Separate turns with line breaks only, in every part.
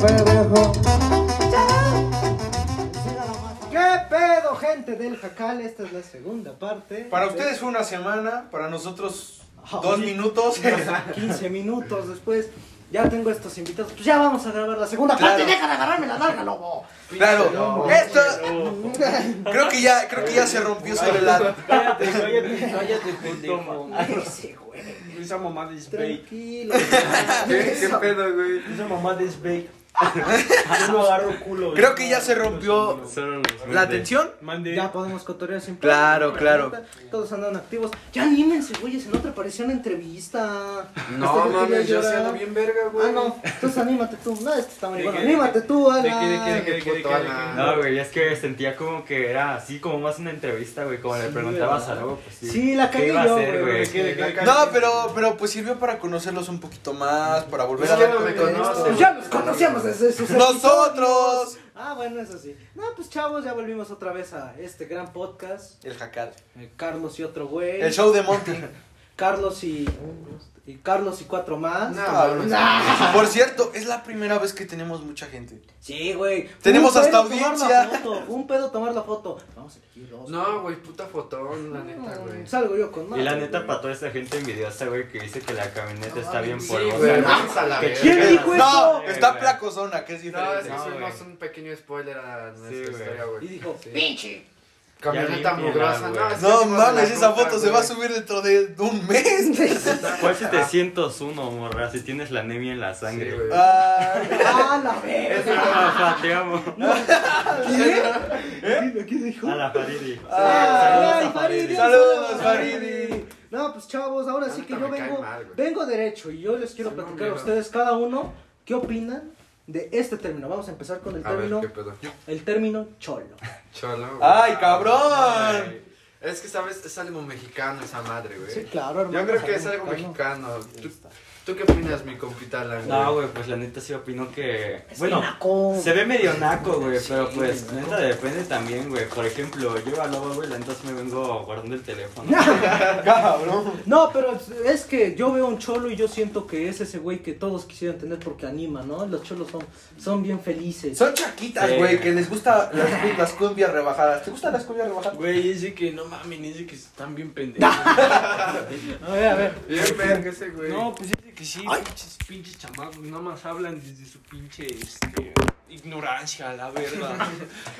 pedo. ¿Qué pedo, gente del jacal? Esta es la segunda parte.
Para
De-
ustedes fue una semana, para nosotros
Ah,
dos
sí.
minutos.
15 minutos después. Ya tengo estos invitados. Pues ya vamos a grabar la segunda
Claro.
parte. Deja de agarrarme la larga, lobo.
claro, esto creo que ya creo que ya se rompió sobre la
Cállate, cállate, cállate, pendejo.
Ese güey.
Esa mamada es bake.
Tranquilo.
¿Qué, qué pedo, güey?
Esa mamada es bake. Yo no agarro culo. ¿eh?
Creo que ya se rompió la tensión.
Mande.
Ya podemos cotorear sin
Claro,
problema.
claro.
Todos andan activos. Ya anímense, güeyes. En otra pareció una entrevista.
No
Este güey quería
mames, yo
llorar.
siendo bien verga, güey.
Ah, no. Entonces anímate tú. No, este está muy
¿De
bueno.
qué?
Anímate tú, Alan.
No, güey, es que sentía como que era así, como más una entrevista, güey, como le preguntabas a Lobo, pues sí.
Sí, la
¿Qué
cagué
iba a
yo,
hacer,
güey.
güey?
No, pero pero pues sirvió para conocerlos un poquito más, para volver a
pues Ya
dar
me
cuenta de
conoces.
esto.
Pues ya nos conocíamos desde sus
¡Nosotros!
episodios. Ah, bueno, eso sí. No, pues chavos, ya volvimos otra vez a este gran podcast.
El jacal.
Eh, Carlos y otro güey.
El show de Monty.
Carlos y, y Carlos y cuatro más.
No, mames.
Por cierto, es la primera vez que tenemos mucha gente.
Sí, güey. Fue
Tenemos
un
hasta
pedo tomar la
audiencia.
foto, fue un pedo tomar la foto. Vamos a elegir dos.
No, güey, puta fotón, la neta, güey.
Salgo yo con
Y la
madre,
neta,
güey.
para toda esa gente envidiosa, güey, que dice que la camioneta
No,
está bien
mames,
Sí,
polvosa.
güey,
güey.
vamos a la
Que
verga.
¿Quién dijo eso?
No,
Eh,
está
güey.
placozona, que es
No, es
diferente.
que
No,
hicimos
güey.
un pequeño spoiler a nuestra
güey.
historia, güey.
Y dijo,
Sí.
pinche.
Camioneta
Ya ni
mugrosa,
piedad,
no.
güey.
es que
No
hicimos la
mames, esa
ruta,
foto se va a
güey.
subir dentro de un mes.
Pues,
¿Cuál 701, morra? Si tienes la anemia en la
Sí,
sangre.
güey.
Ah,
¡Ah, la verga!
Rafa, te amo.
¿Quién- ¿Quién ¿Eh? dijo?
A la Faridi.
Ah, Ay,
Saludos a
Faridi,
Faridi. Saludos,
saludos,
Faridi.
Faridi. No, pues chavos, ahora sí que
Neta,
yo
me cae
vengo,
mal, güey.
vengo derecho y yo les quiero
Sí, no,
platicar a
viejo.
ustedes cada uno qué opinan de este término. Vamos a empezar con el
A ver,
término,
qué pedo.
el término cholo.
Cholo, güey.
¡Ay, cabrón!
Ay, Es que, ¿sabes? Es algo mexicano esa madre, güey.
Sí, claro, hermano.
Yo creo que es
sabemos,
algo
claro.
mexicano. ¿Tú, tú qué opinas, mi compita Alan?
No, güey, pues la neta sí opino que.
Es
Bueno,
naco.
se ve medio naco, güey, pero
Sí,
pues
naco.
neta depende también, güey. Por ejemplo, yo a Lobo, güey, la neta sí me vengo guardando el teléfono.
Cabrón.
No, pero es que yo veo un cholo y yo siento que es ese güey que todos quisieran tener porque anima, ¿no? Los cholos son, son bien felices.
Son chaquitas,
Sí.
güey, que les gusta las, las cumbias rebajadas. ¿Te gustan las cumbias rebajadas?
Güey, ese que no mames, ese que están bien pendejos.
A ver, a ver.
Bien verga ese, güey.
No, pues ese que sí, pinches, pinches chamacos, nada más hablan desde su pinche este, ignorancia, la verdad.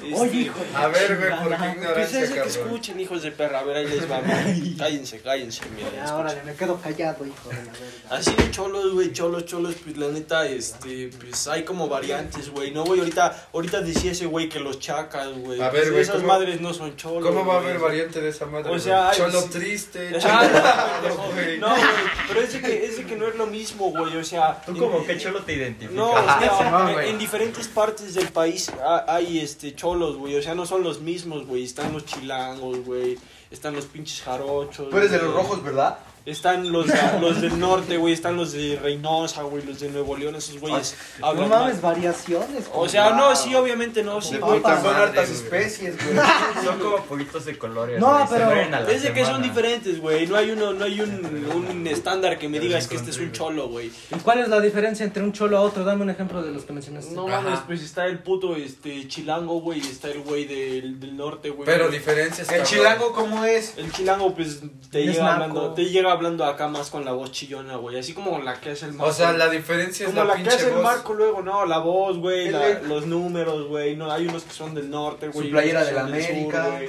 Este,
Oye, hijo. de
A ver, güey,
chingada.
¿por qué
Pues
ignorancia,
ese que
cabrón?
escuchen, hijos de perra, a ver, ahí les va, man. cállense, cállense, miren,
Ya,
escuchen.
órale, me quedo callado, hijo de la verga.
Así de cholos, güey, cholos, cholos, pues la neta, este, pues hay como variantes, güey, no, güey, ahorita, ahorita decía ese güey que los chacas, güey,
A ver,
pues,
güey,
esas
¿cómo-
madres no son cholos,
¿Cómo va a
güey.
haber variante de esa madre?
O
güey?
sea, ay,
cholo
sí.
triste,
Ah,
cholo güey.
No, güey, pero es de que, es de que no es lo mismo, güey, o sea...
Tú
en-
como que cholo te identificas.
No, o sea,
No,
en-
güey.
en diferentes partes del país ha- hay este cholos, güey. O sea, no son los mismos, güey. Están los chilangos, güey. Están los pinches jarochos.
Tú eres de
güey.
los rojos, ¿verdad?
Están los, los del norte, güey. Están los de Reynosa, güey. Los de Nuevo León, esos güeyes.
No
hablan
mames,
mal.
variaciones.
O
güey.
sea, no, sí, obviamente no, sí,
De
güey.
puta
Son
madre,
hartas
güey.
especies, güey.
Son como pollitos de colores.
No,
güey, se
pero
mueren a la
Es de que son
semana.
diferentes, güey. No hay uno, no hay un, un estándar que me digas que este es un cholo, güey.
¿Y cuál es la diferencia entre un cholo a otro? Dame un ejemplo de los que mencionaste.
No
Ajá.
mames, pues está el puto este chilango, güey, y está el güey del, del norte, güey.
Pero diferencias,
El
cabrón.
chilango, ¿cómo es?
El chilango, pues, te
Es
llega,
naco.
hablando, te llega hablando acá más con la voz chillona, güey. Así como la que hace el marco.
O sea, la diferencia es
como
la,
la, que
pinche
hace el
voz.
marco luego, no, la voz, güey,
El
la-
eco.
los números, güey. No, hay unos que son del norte,
Su
güey. y
playera de
otros
la
son del sur,
América.
güey.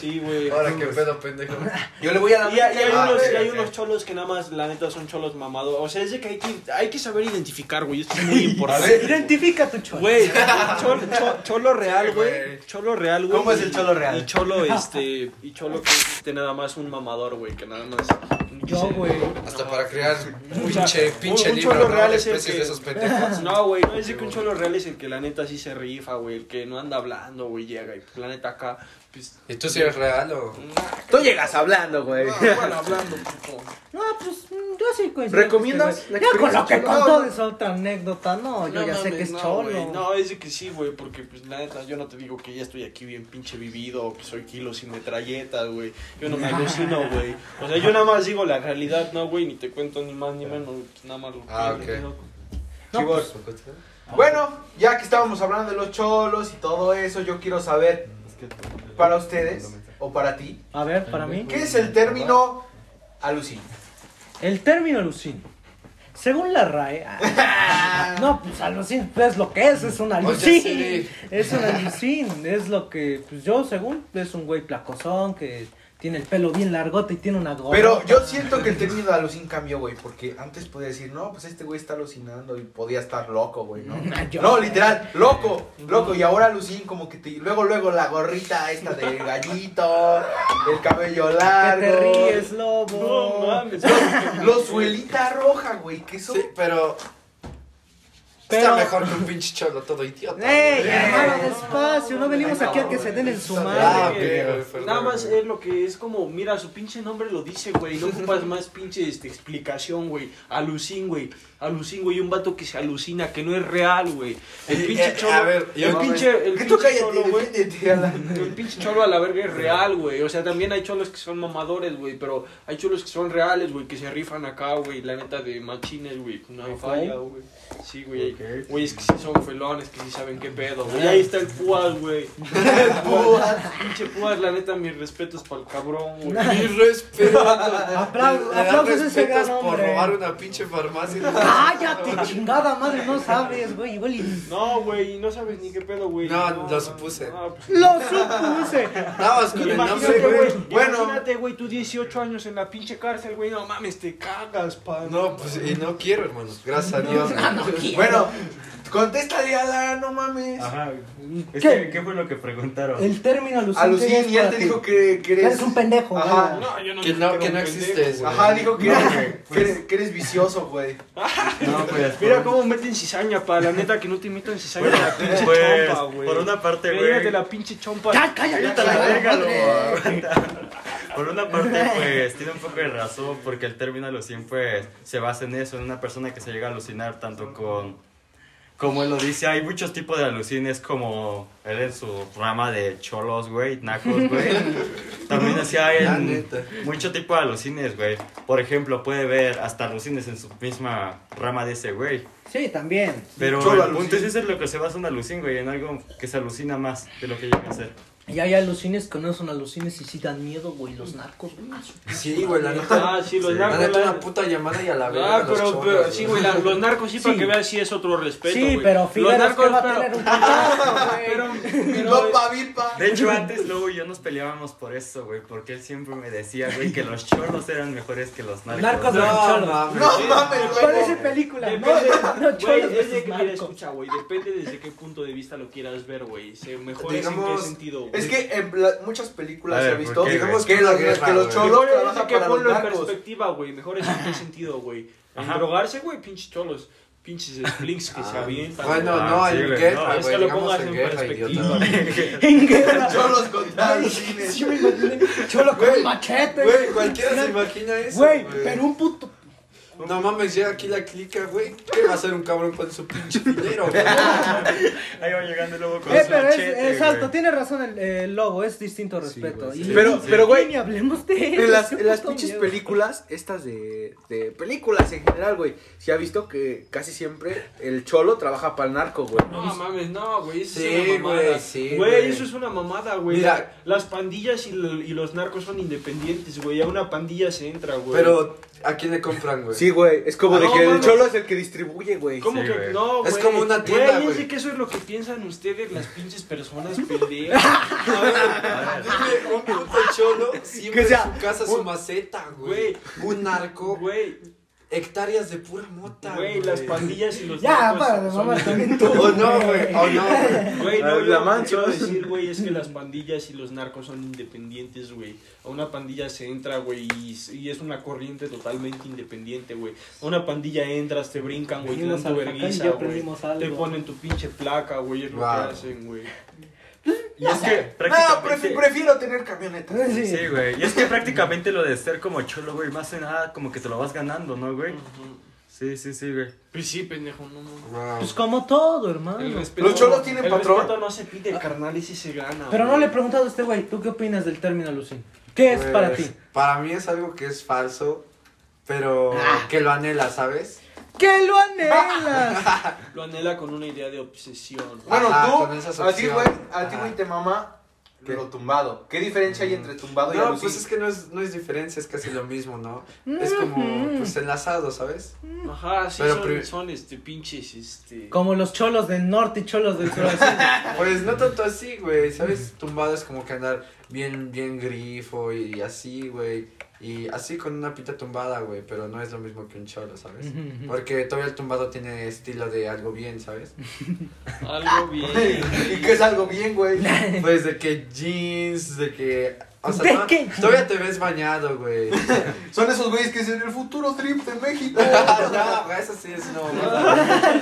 sí, güey.
Ahora qué pedo, pendejo.
Yo le voy a la
Y, hay- y hay,
Ah,
unos,
ok,
y hay
ok.
unos cholos que nada más, la neta, son cholos mamados. O sea, es de que hay que, hay que saber identificar, güey. Esto es muy importante.
Identifica tu cholo.
Güey, cholo, cho- cholo real,
Sí,
güey.
güey.
Cholo real, güey.
¿Cómo es el cholo real?
Y cholo, este. Y cholo que es este, nada más un mamador, güey. Que nada más.
Yo,
dice-
güey.
Hasta para crear
Mucha-
pinche, pinche
un- un
libro,
cholo
¿no?
real
de
es el
especies
que-
de esos pendejos.
No, güey, no es de que un cholo real es el que la neta sí se rifa, güey. El que no anda hablando, güey, llega. Y pues, la neta acá. Pues,
¿Y tú si eres real o...?
Tú llegas hablando, güey.
hablando, puto.
No, pues mm, yo sí coincido.
¿Recomiendas
con este güey.
la
Ya con lo
experiencia
que
cholo?
contó
No,
de esa otra anécdota, no, yo
No
ya sé
mames,
que es
no,
cholo.
güey, no, es de que sí, güey, porque pues la neta, yo no te digo que ya estoy aquí bien pinche vivido, o que soy kilos y metralletas, güey. Yo no me alucino, güey. O sea, yo nada más digo la realidad, no, güey, ni te cuento ni más ni menos, pues, nada más lo que
Ah,
lo
ok.
que no.
No,
¿Qué
pues,
vos?
Bueno, ya que estábamos hablando de los cholos y todo eso, yo quiero saber para ustedes o para ti,
A ver, para mí.
¿qué es el término alucin?
El término alucin. Según la RAE. ah, no, pues alucin es lo que es, es un alucin.
Oye,
Es un alucin, es lo que. Pues yo, según, es un güey placosón que tiene el pelo bien largote y tiene una gorra.
Pero yo siento que el término de alucin cambió, güey, porque antes podía decir, no, pues este güey está alucinando y podía estar loco, güey, ¿no?
yo-
No, literal, loco, loco, y ahora alucin como que te... Luego, luego la gorrita esta de gallito, el cabello
Que
largo.
te ríes,
No
lobo.
mames.
Los suelita roja, güey, que eso...
Sí, pero.
Pero-
Está mejor que un pinche cholo todo idiota.
¡Ey,
güey.
hermano, despacio! No venimos aquí a que se den en su
Ah,
madre.
ok, güey,
Pues
perdón,
Nada más
güey.
es lo que es como, mira, su pinche nombre lo dice, güey. No ocupas más pinche este, explicación, güey. Alucin, güey. Alucin, güey. Un vato que se alucina, que no es real, güey. El
Eh,
pinche
eh,
cholo.
a ver, yo
el
no
pinche, el
Que tú
pinche
cállate,
cholo, güey.
defiéndete, Alan.
El pinche cholo a la verga es real, güey. O sea, también hay cholos que son mamadores, güey. Pero hay cholos que son reales, güey. Que se rifan acá, güey. La neta de machines, güey. No hay
Ok.
falla, güey. Sí, güey.
Ok.
Güey, es que sí son felones, que sí saben qué pedo, güey. Ahí está el Púas, güey. Púas. Pinche Púas, la neta, mis respetos para el cabrón, güey.
Mi respeto.
Aplausos,
Le da
aplausos a ese gran
respetos por
hombre.
robar una pinche farmacia.
Cállate, chingada madre, no sabes, güey, igual y-
No, güey, no sabes ni qué pedo, güey.
No, lo supuse.
no, pues,
Lo supuse.
Nada más con el
Imagínate,
nombre,
güey.
güey.
Bueno.
Imagínate, güey, tú 18 años en la pinche cárcel, güey. No mames, te cagas, pa.
No, pues y no quiero, hermano. Gracias a Dios.
Bueno, contéstale, Alan, no mames.
Ah,
Ajá. Es
¿Qué?
que, ¿Qué fue lo que preguntaron?
El término alucin. ¿qué
Alucin,
es
y él
para
te
ti?
dijo que, que
Que
eres...
Eres un pendejo.
Ajá.
güey.
No, yo no
Que
dije
no,
era
que
un
no
pendejo.
existes, güey.
Ajá, dijo que, eres-
güey,
que eres,
pues.
que eres vicioso, güey.
No, pues.
Mira
por-
cómo meten cizaña, pa. La neta que no te metan cizaña en la pinche
Pues,
chompa, güey.
por una parte,
Mira,
güey.
llévate la pinche chompa.
Ya, cállate.
Ahorita la verga, lo aguanta. Por una parte, pues tiene un poco de razón, porque el término alucin, pues se basa en eso, en una persona que se llega a alucinar tanto con. Como él lo dice, hay muchos tipos de alucines, como él en su rama de cholos, güey, nacos, güey. También hacía
La
en
neta.
mucho tipo de alucines, güey. Por ejemplo, puede ver hasta alucines en su misma rama de ese, güey.
Sí, también.
Pero
Cholo
el
alucin.
punto es eso es lo que se basa un alucin, güey, en algo que se alucina más de lo que llega a ser.
Y hay alucines que no son alucines y sí dan miedo, güey, los narcos. güey. Ah, su-
Sí, güey, la neta.
Ah, sí, los
Sí.
La
narcos.
neta,
la-
una puta llamada y a la verga.
Ah,
los
pero,
cholos,
pero sí, güey, la- los narcos sí, para
Sí.
que veas sí es otro respeto,
Sí,
güey.
pero
los
Fidel es que va a tener un putazo, güey.
pero, pero-
Vipa, vipa.
De hecho, antes Lobo y yo nos peleábamos por eso, güey, porque él siempre me decía, güey, que los chorros eran mejores que los narcos.
Narcos de
güey.
los
No,
cholos.
mames.
No mames, güey.
Parece película.
Depende,
No, no,
güey,
cholos
es de
versus
que, mira,
narcos.
escucha, güey, depende desde qué punto de vista lo quieras ver, güey. Se mejores en
Digamos,
qué sentido, güey.
Es que en la- muchas películas
A ver,
se ha visto
¿por qué,
digamos,
güey?
que, los,
Guerra,
que los
güey.
cholos
Mejor es
trabajan
que
para los
ponlo en
narcos.
perspectiva, güey. Mejor es en qué sentido, güey. En
Ajá.
drogarse, güey, pinches cholos. Pinches flinks que se avientan. güey.
Bueno,
Ah,
no,
sí,
en
güey, no,
guerra,
es
que
güey.
lo
Digamos
pongas
en
en
guerra,
perspectiva.
idiota.
En guerra.
Cholos contra
Ay,
alucines.
sí me imaginé. Cholo con
Güey,
machete.
Güey, cualquiera se imagina eso.
Güey, pero un puto.
No mames, llega aquí la clica, güey. ¿Qué va a hacer un cabrón con su pinche dinero, güey?
Ahí va llegando el Lobo con
Eh,
su
pero es,
machete,
es alto,
güey.
tiene razón el, el lobo, es distinto respeto. Y-
Pero-
y-
pero, güey,
y ni hablemos de
En las,
eso,
en las
puto
pinches
miedo.
películas, estas de, de películas en general, güey, se ha visto que casi siempre el cholo trabaja para el narco, güey.
No mames, no, güey. Eso
Sí,
es una mamada.
güey, sí,
Güey,
güey.
eso es una mamada, güey.
Mira.
Las pandillas y, lo- y los narcos son independientes, güey. A una pandilla se entra, güey.
Pero, ¿a quién le compran, güey?
Sí, güey, es como
Ah,
de
no,
que el
mames.
cholo es el que distribuye, güey.
¿Cómo
Sí,
que
güey.
no, güey?
Es como una tienda,
Güey, es
güey.
de que eso es lo que piensan ustedes, las pinches personas pendejas. A ver,
Dime, un puto cholo siempre
Que sea
en su casa su maceta, güey. Un narco,
Güey,
hectáreas de pura mota,
güey,
güey.
las pandillas y los
Ya,
narcos
para de
pues, son
mamar también tú.
O Oh, no, güey, o no, güey.
Güey, no,
La-
yo
la
lo que
mancha.
quiero decir, güey, es que las pandillas y los narcos son independientes, güey. A una pandilla se entra, güey, y, y es una corriente totalmente independiente, güey. A una pandilla entras, te brincan, güey, te
Venimos
dan tu
al Jacán y
vergüenza,
ya
güey.
aprendimos algo.
Te ponen tu pinche placa, güey, es lo
Wow.
que hacen, güey.
Y es que
Ah,
No,
prácticamente...
prefi- prefiero tener camioneta.
Sí.
Sí, güey. Y es que prácticamente lo de ser como cholo, güey, más de nada como que te lo vas ganando, ¿no, güey? Sí, sí, sí, güey.
Pues sí, pendejo, no, no.
Wow.
Pues como todo, hermano.
El respeto-
¿Los cholos tienen
el
patrón?
respeto no se pide, carnal, ese se gana.
Ah. Pero no
güey.
le he preguntado a este güey, ¿tú qué opinas del término alucin? ¿Qué es
Pues,
para ti?
Para mí es algo que es falso, pero que lo anhela, ¿sabes?
¡Que lo anhelas!
Lo anhela con una idea de obsesión.
Ah.
Bueno,
Ajá,
tú,
con esa
a ti,
sección.
güey, a ti, güey, te mamá lo tumbado. ¿Qué diferencia hay entre tumbado y
No,
alucinado?
pues es que no es, no es diferencia, es casi lo mismo, ¿no? Es como, pues, enlazado, ¿sabes?
Ajá, sí,
Pero
son,
prim-
son, este, pinches, este...
Como los cholos del norte y cholos del sur. así.
Pues no tanto así, güey, ¿sabes? Tumbado es como que andar bien, bien grifo y así, güey. Y así con una pinta tumbada, güey, pero no es lo mismo que un cholo, ¿sabes?
Ujú, ujú.
Porque todavía el tumbado tiene estilo de algo bien, ¿sabes?
Algo bien.
¿Y qué es algo bien, güey?
Pues de que jeans, de que... O sea,
¿De
to-
qué?
todavía te ves bañado, güey.
Son esos güeyes que dicen el futuro trip de México.
no, güey, eso sí es una mamada.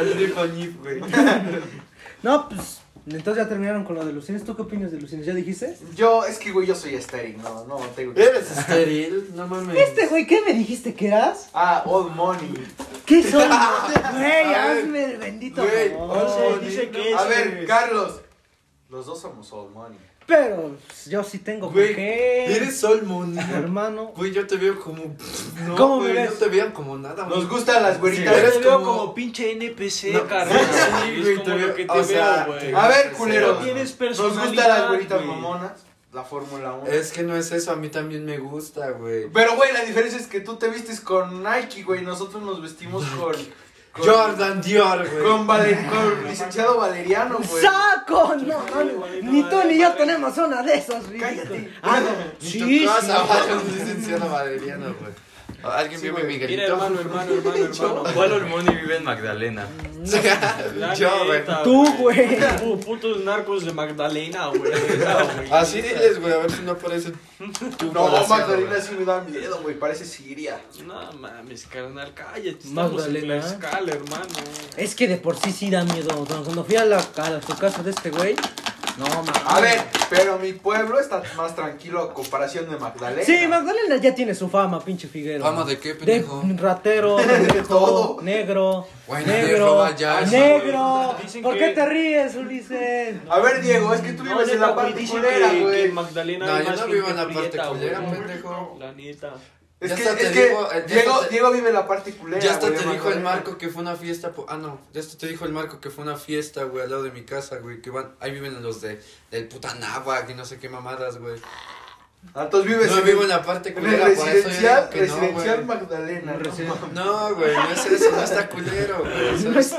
El rico ñip, güey.
No, pues. Entonces ya terminaron con lo de Lucines. ¿Tú qué opinas de Lucines? ¿Ya dijiste?
Yo, es que, güey, yo soy estéril, no, no tengo que...
Eres estéril, no mames.
Este güey, ¿qué me dijiste que eras?
Ah, Old Money.
¿Qué son? Güey,
A ver.
hazme el bendito
Güey,
favor.
once.
Dice
no.
que
A
es,
ver,
eh,
Carlos. Los dos somos Old Money.
Pero pues, yo sí tengo por
Güey,
qué.
Eres Sol Moon.
hermano.
Güey, yo te veo como. No,
¿Cómo me
güey,
ves?
no te vean como nada, güey.
Nos gustan las güeritas.
Ah, Sí,
Yo
eres
te veo
como-
como... pinche NPC,
No,
carnal.
sí,
es
güey,
como
te veo-
lo que te
o sea,
veo, güey.
te-
A ver,
Pero
culeros.
no
tienes
Nos
personalidad,
gustan las güeritas
güey.
mamonas. La Fórmula 1.
Es que no es eso, a mí también me gusta, güey.
Pero, güey, la diferencia es que tú te vistes con Nike, güey. Nosotros nos vestimos con. con
Jordan Dior, güey.
Con, Valer- con licenciado Valeriano, güey.
¡Saco! No,
Sí,
mames,
güey,
Ni
no,
tú
vale,
ni yo
vale.
tenemos una de esas,
Cállate.
ridículo. Ah, no.
Ni
Sí,
tu
sí.
casa, güey, un licenciado valeriano, güey. ¿Alguien
Sí,
vio mi
güey.
Miguelito?
Mira, hermano, hermano, hermano, hermano.
¿Cuál hormoni vive en Magdalena?
La
Yo, güey.
neta,
Tú, güey.
Pu- putos narcos de Magdalena, güey. neta, güey.
Así diles, güey, a ver si no aparece.
No, Magdalena sí me da miedo, güey. Parece Siria.
No mames, carnal, cállate.
Más
Estamos
vale,
en
¿no?
la escala, hermano.
Es que de por sí sí da miedo. O sea, Cuando fui a la a la- su casa de este güey. No, mames.
A ver, pero mi pueblo está más tranquilo a comparación de Magdalena.
Sí, Magdalena ya tiene su fama, pinche Figuero.
¿Fama de
De
qué, pendejo?
ratero, pendejo,
todo.
negro,
Güey, nadie
negro,
roba ya, eso,
negro.
güey. Dicen
¿Por qué
que-
te ríes, Ulises?
A ver, Diego, es que tú
No,
vives en
neta,
la
güey,
parte
dicen
culera,
que- que
güey.
Magdalena
No,
hay
yo
más
no vivo
gente
en la parte
prieta, güey.
culera, pendejo.
La neta.
Es
Ya
que,
hasta te
es que
digo, eh, ya
Diego,
hasta te-
Diego vive en la parte culera.
Ya hasta
güey,
te
de
dijo el
Magdalena.
Marco que fue una fiesta. po- Ah, no. Ya hasta te dijo el Marco que fue una fiesta, güey, al lado de mi casa, güey. Que van. Ahí viven los de. Del puta Nava, que no sé qué mamadas, güey.
Ah, Entonces vives
No
en,
vivo en la parte
en el
culera, por eso yo
residencial,
digo que no,
residencial
güey.
Magdalena. ¿no?
No, güey, no es eso, no está culero, güey. ¿sabes?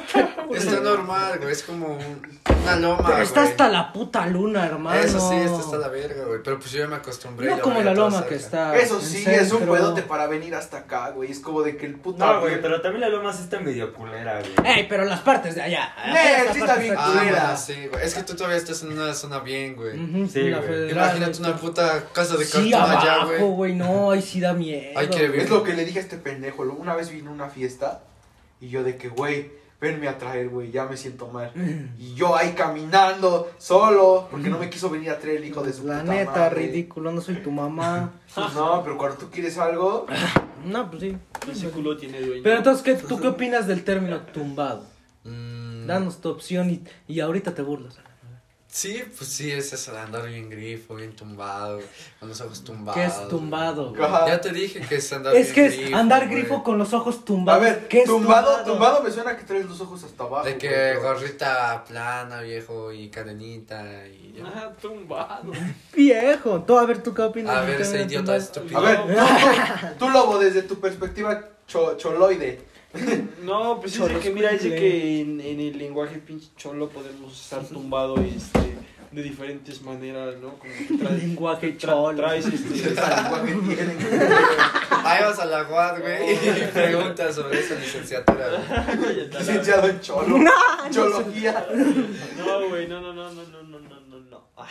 Está normal, güey, es como un- una loma,
Pero está
güey.
hasta la puta luna, hermano.
Eso sí, está hasta la verga, güey, pero pues yo ya me acostumbré.
Mira
ya
como
voy a
la
todo
loma que
cerca.
está.
Eso
en
sí,
centro.
es un pedote para venir hasta acá, güey. Es como de que el puta.
No, güey, pero también la loma sí está medio culera, güey.
Ey, pero las partes de allá.
Eh,
Esta parte
sí está bien
Ah,
culera.
bueno, sí, güey, es que tú todavía estás en una zona bien, güey.
Ujú,
Sí,
la
güey.
federal, este,
Imagínate
está-
una puta casa de cartón
Mm, Sí,
allá,
abajo,
güey.
güey. No, ahí sí da miedo.
Hay que ver.
Es lo que le dije a este pendejo. lo- Una vez vino a una fiesta y yo de que, güey, venme a traer, güey, ya me siento mal.
Mm.
Y yo ahí caminando, solo, porque no me quiso venir a traer el hijo de su
La
puta
neta,
madre.
ridículo. No soy tu mamá.
Pues no, pero cuando tú quieres algo,
no, pues sí.
Ese culo tiene dueño.
Pero entonces, ¿qué, ¿tú qué opinas del término tumbado?
Mm,
Danos tu opción y, y ahorita te burlas.
Sí, pues sí, es eso de andar bien grifo, bien tumbado, güey, con los ojos tumbados.
¿Qué es tumbado?
güey. Ya te dije que es andar
Es que
bien
es andar grifo
güey.
con los ojos
a
tumbados.
ver,
¿Qué es
tumbado, tumbado, me suena que traes los ojos hasta abajo.
De
güey,
que
pero-
gorrita plana, viejo, y cadenita, y ya.
Ah, tumbado.
Viejo. Tú, a ver, ¿tú qué opinas?
A
del
ver, ese
término
idiota
tumbado?
estúpido.
A ver, tú, tú, lobo, desde tu perspectiva cho- choloide.
No, pues dice
Cholos
que mira, dice
cuicle.
que en, en el lenguaje pinche cholo podemos estar tumbado este, de diferentes maneras, ¿no? Como que traes,
Lenguaje
tra-
cholo.
traes este,
Esa lengua que tienen.
Ahí vas a la UAD, güey, y preguntas sobre esa licenciatura, güey.
Licenciado en cholo. Chología.
No, güey, no, no, no, no, no, no, no, no, no. Ah,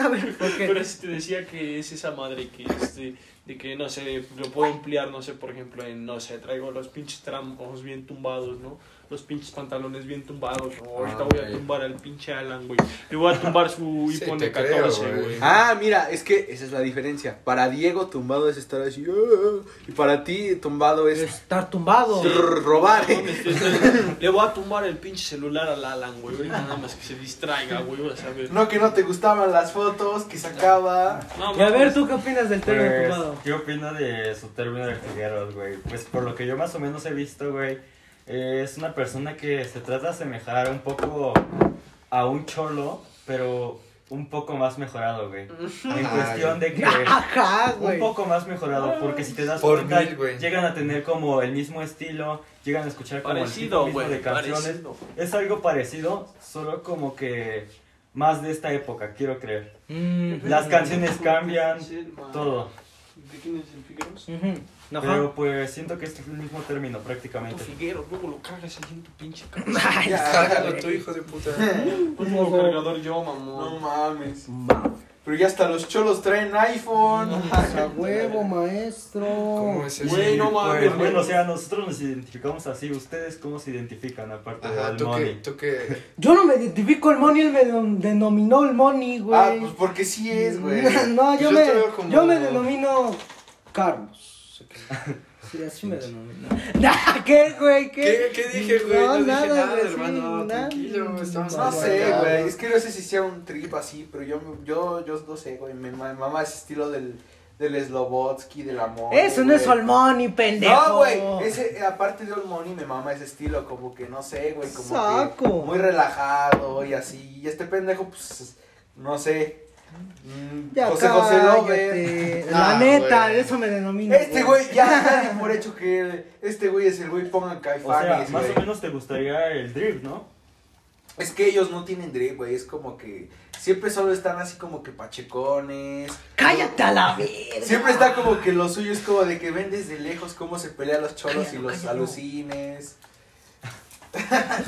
A ver, ¿por qué?
Pero si te decía que es esa madre que, este, de que, no sé, lo puedo emplear, no sé, por ejemplo, en, no sé, traigo los pinches tramos bien tumbados, ¿no? Los pinches pantalones bien tumbados. ¿no? Ahorita
Ah,
voy a
güey.
tumbar al pinche Alan, güey. Le voy a tumbar su
Sí,
iPhone
te
de
creo,
14,
güey.
güey.
Ah, mira, es que esa es la diferencia. Para Diego, tumbado es estar así. "Ah", y para ti, tumbado es
Estar tumbado.
Sí.
r- robar.
No mames, yo estoy- Le voy a tumbar el pinche celular al Alan, güey. Ahorita nada más que se distraiga, güey. Vas a ver.
No, que no te gustaban las fotos que sacaba.
No,
Y a ver,
mames.
¿tú qué opinas del término
Pues,
tumbado?
¿Qué opina de su término de Figueros, güey? Pues por lo que yo más o menos he visto, güey, eh, es una persona que se trata de asemejar un poco a un cholo, pero un poco más mejorado, güey.
Ay.
En cuestión
pues,
de que...
Ajá,
Un
güey.
poco más mejorado, porque si te das
Por
cuenta,
mil, güey.
llegan a tener como el mismo estilo, llegan a escuchar como el tipo
Parecido,
mismo
güey.
de canciones.
Parecido.
Es algo parecido, solo como que más de esta época, quiero creer.
Mm,
Las canciones cambian,
Ah.
Todo.
¿De quién es el Figueros?
ujú, Ajá.
Pero pues siento que este es el mismo término
Tu
prácticamente.
Figueros, luego lo cagas ahí en tu pinche
Ay,
Cárgalo tú, hijo de puta.
Pongo el cargador yo,
No
mamón.
mames. Pero ya hasta los cholos traen iPhone.
A huevo, maestro.
¿Cómo es eso?
Güey, no mames,
Pues bueno, o sea, nosotros nos identificamos así. ¿Ustedes cómo se identifican aparte
Ajá,
del
tú que,
money?
tú que.
Yo no me identifico el money, él me denom- denominó el money, güey.
Ah, pues porque sí es, güey.
No, Pues yo,
Yo
me,
te veo como-
yo me denomino Carlos. Sí, así me denomino. Nah, ¿Qué, güey? ¿Qué?
¿Qué, qué dije, güey? No, dije nada,
güey, sí,
hermano.
nada.
Tranquilo, estamos
No sé,
Aguacado.
güey. Es que no sé si sea un trip así, pero yo, yo, yo no sé, güey. Me ma- mama ese estilo del, del Slobotsky, del amor.
Eso no es
güey.
el money, pendejo.
No, güey, ese, eh, aparte de Old Money me mama ese estilo, como que no sé, güey, como que
Saco.
muy relajado y así. Y este pendejo, pues, no sé. mm,
Ya
José José Lover.
cállate. La
Ah,
neta,
güey.
eso me denomina.
Este güey, ya, ya di por hecho que este güey es el güey, pongan
O sea,
caifanes,
más
güey.
o menos te gustaría el drip, ¿no?
Es que ellos no tienen drip, güey, es como que siempre solo están así como que pachecones.
Cállate a la verga.
Siempre está como que lo suyo es como de que ven desde lejos cómo se pelean los cholos y
Cállalo,
los
cállalo.
alucines.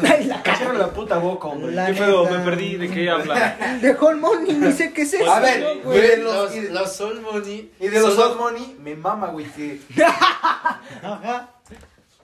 Ay, la cara.
Cacharon la puta boca, hombre.
La
¿Qué pedo?
neta.
Me perdí de qué hablar.
Dejó el money, ni sé qué es eso.
A ver,
güey.
güey,
Güey,
los-
los, los Soul Money.
Y de los
solo-
Old Money, me mama, güey, que
Ajá.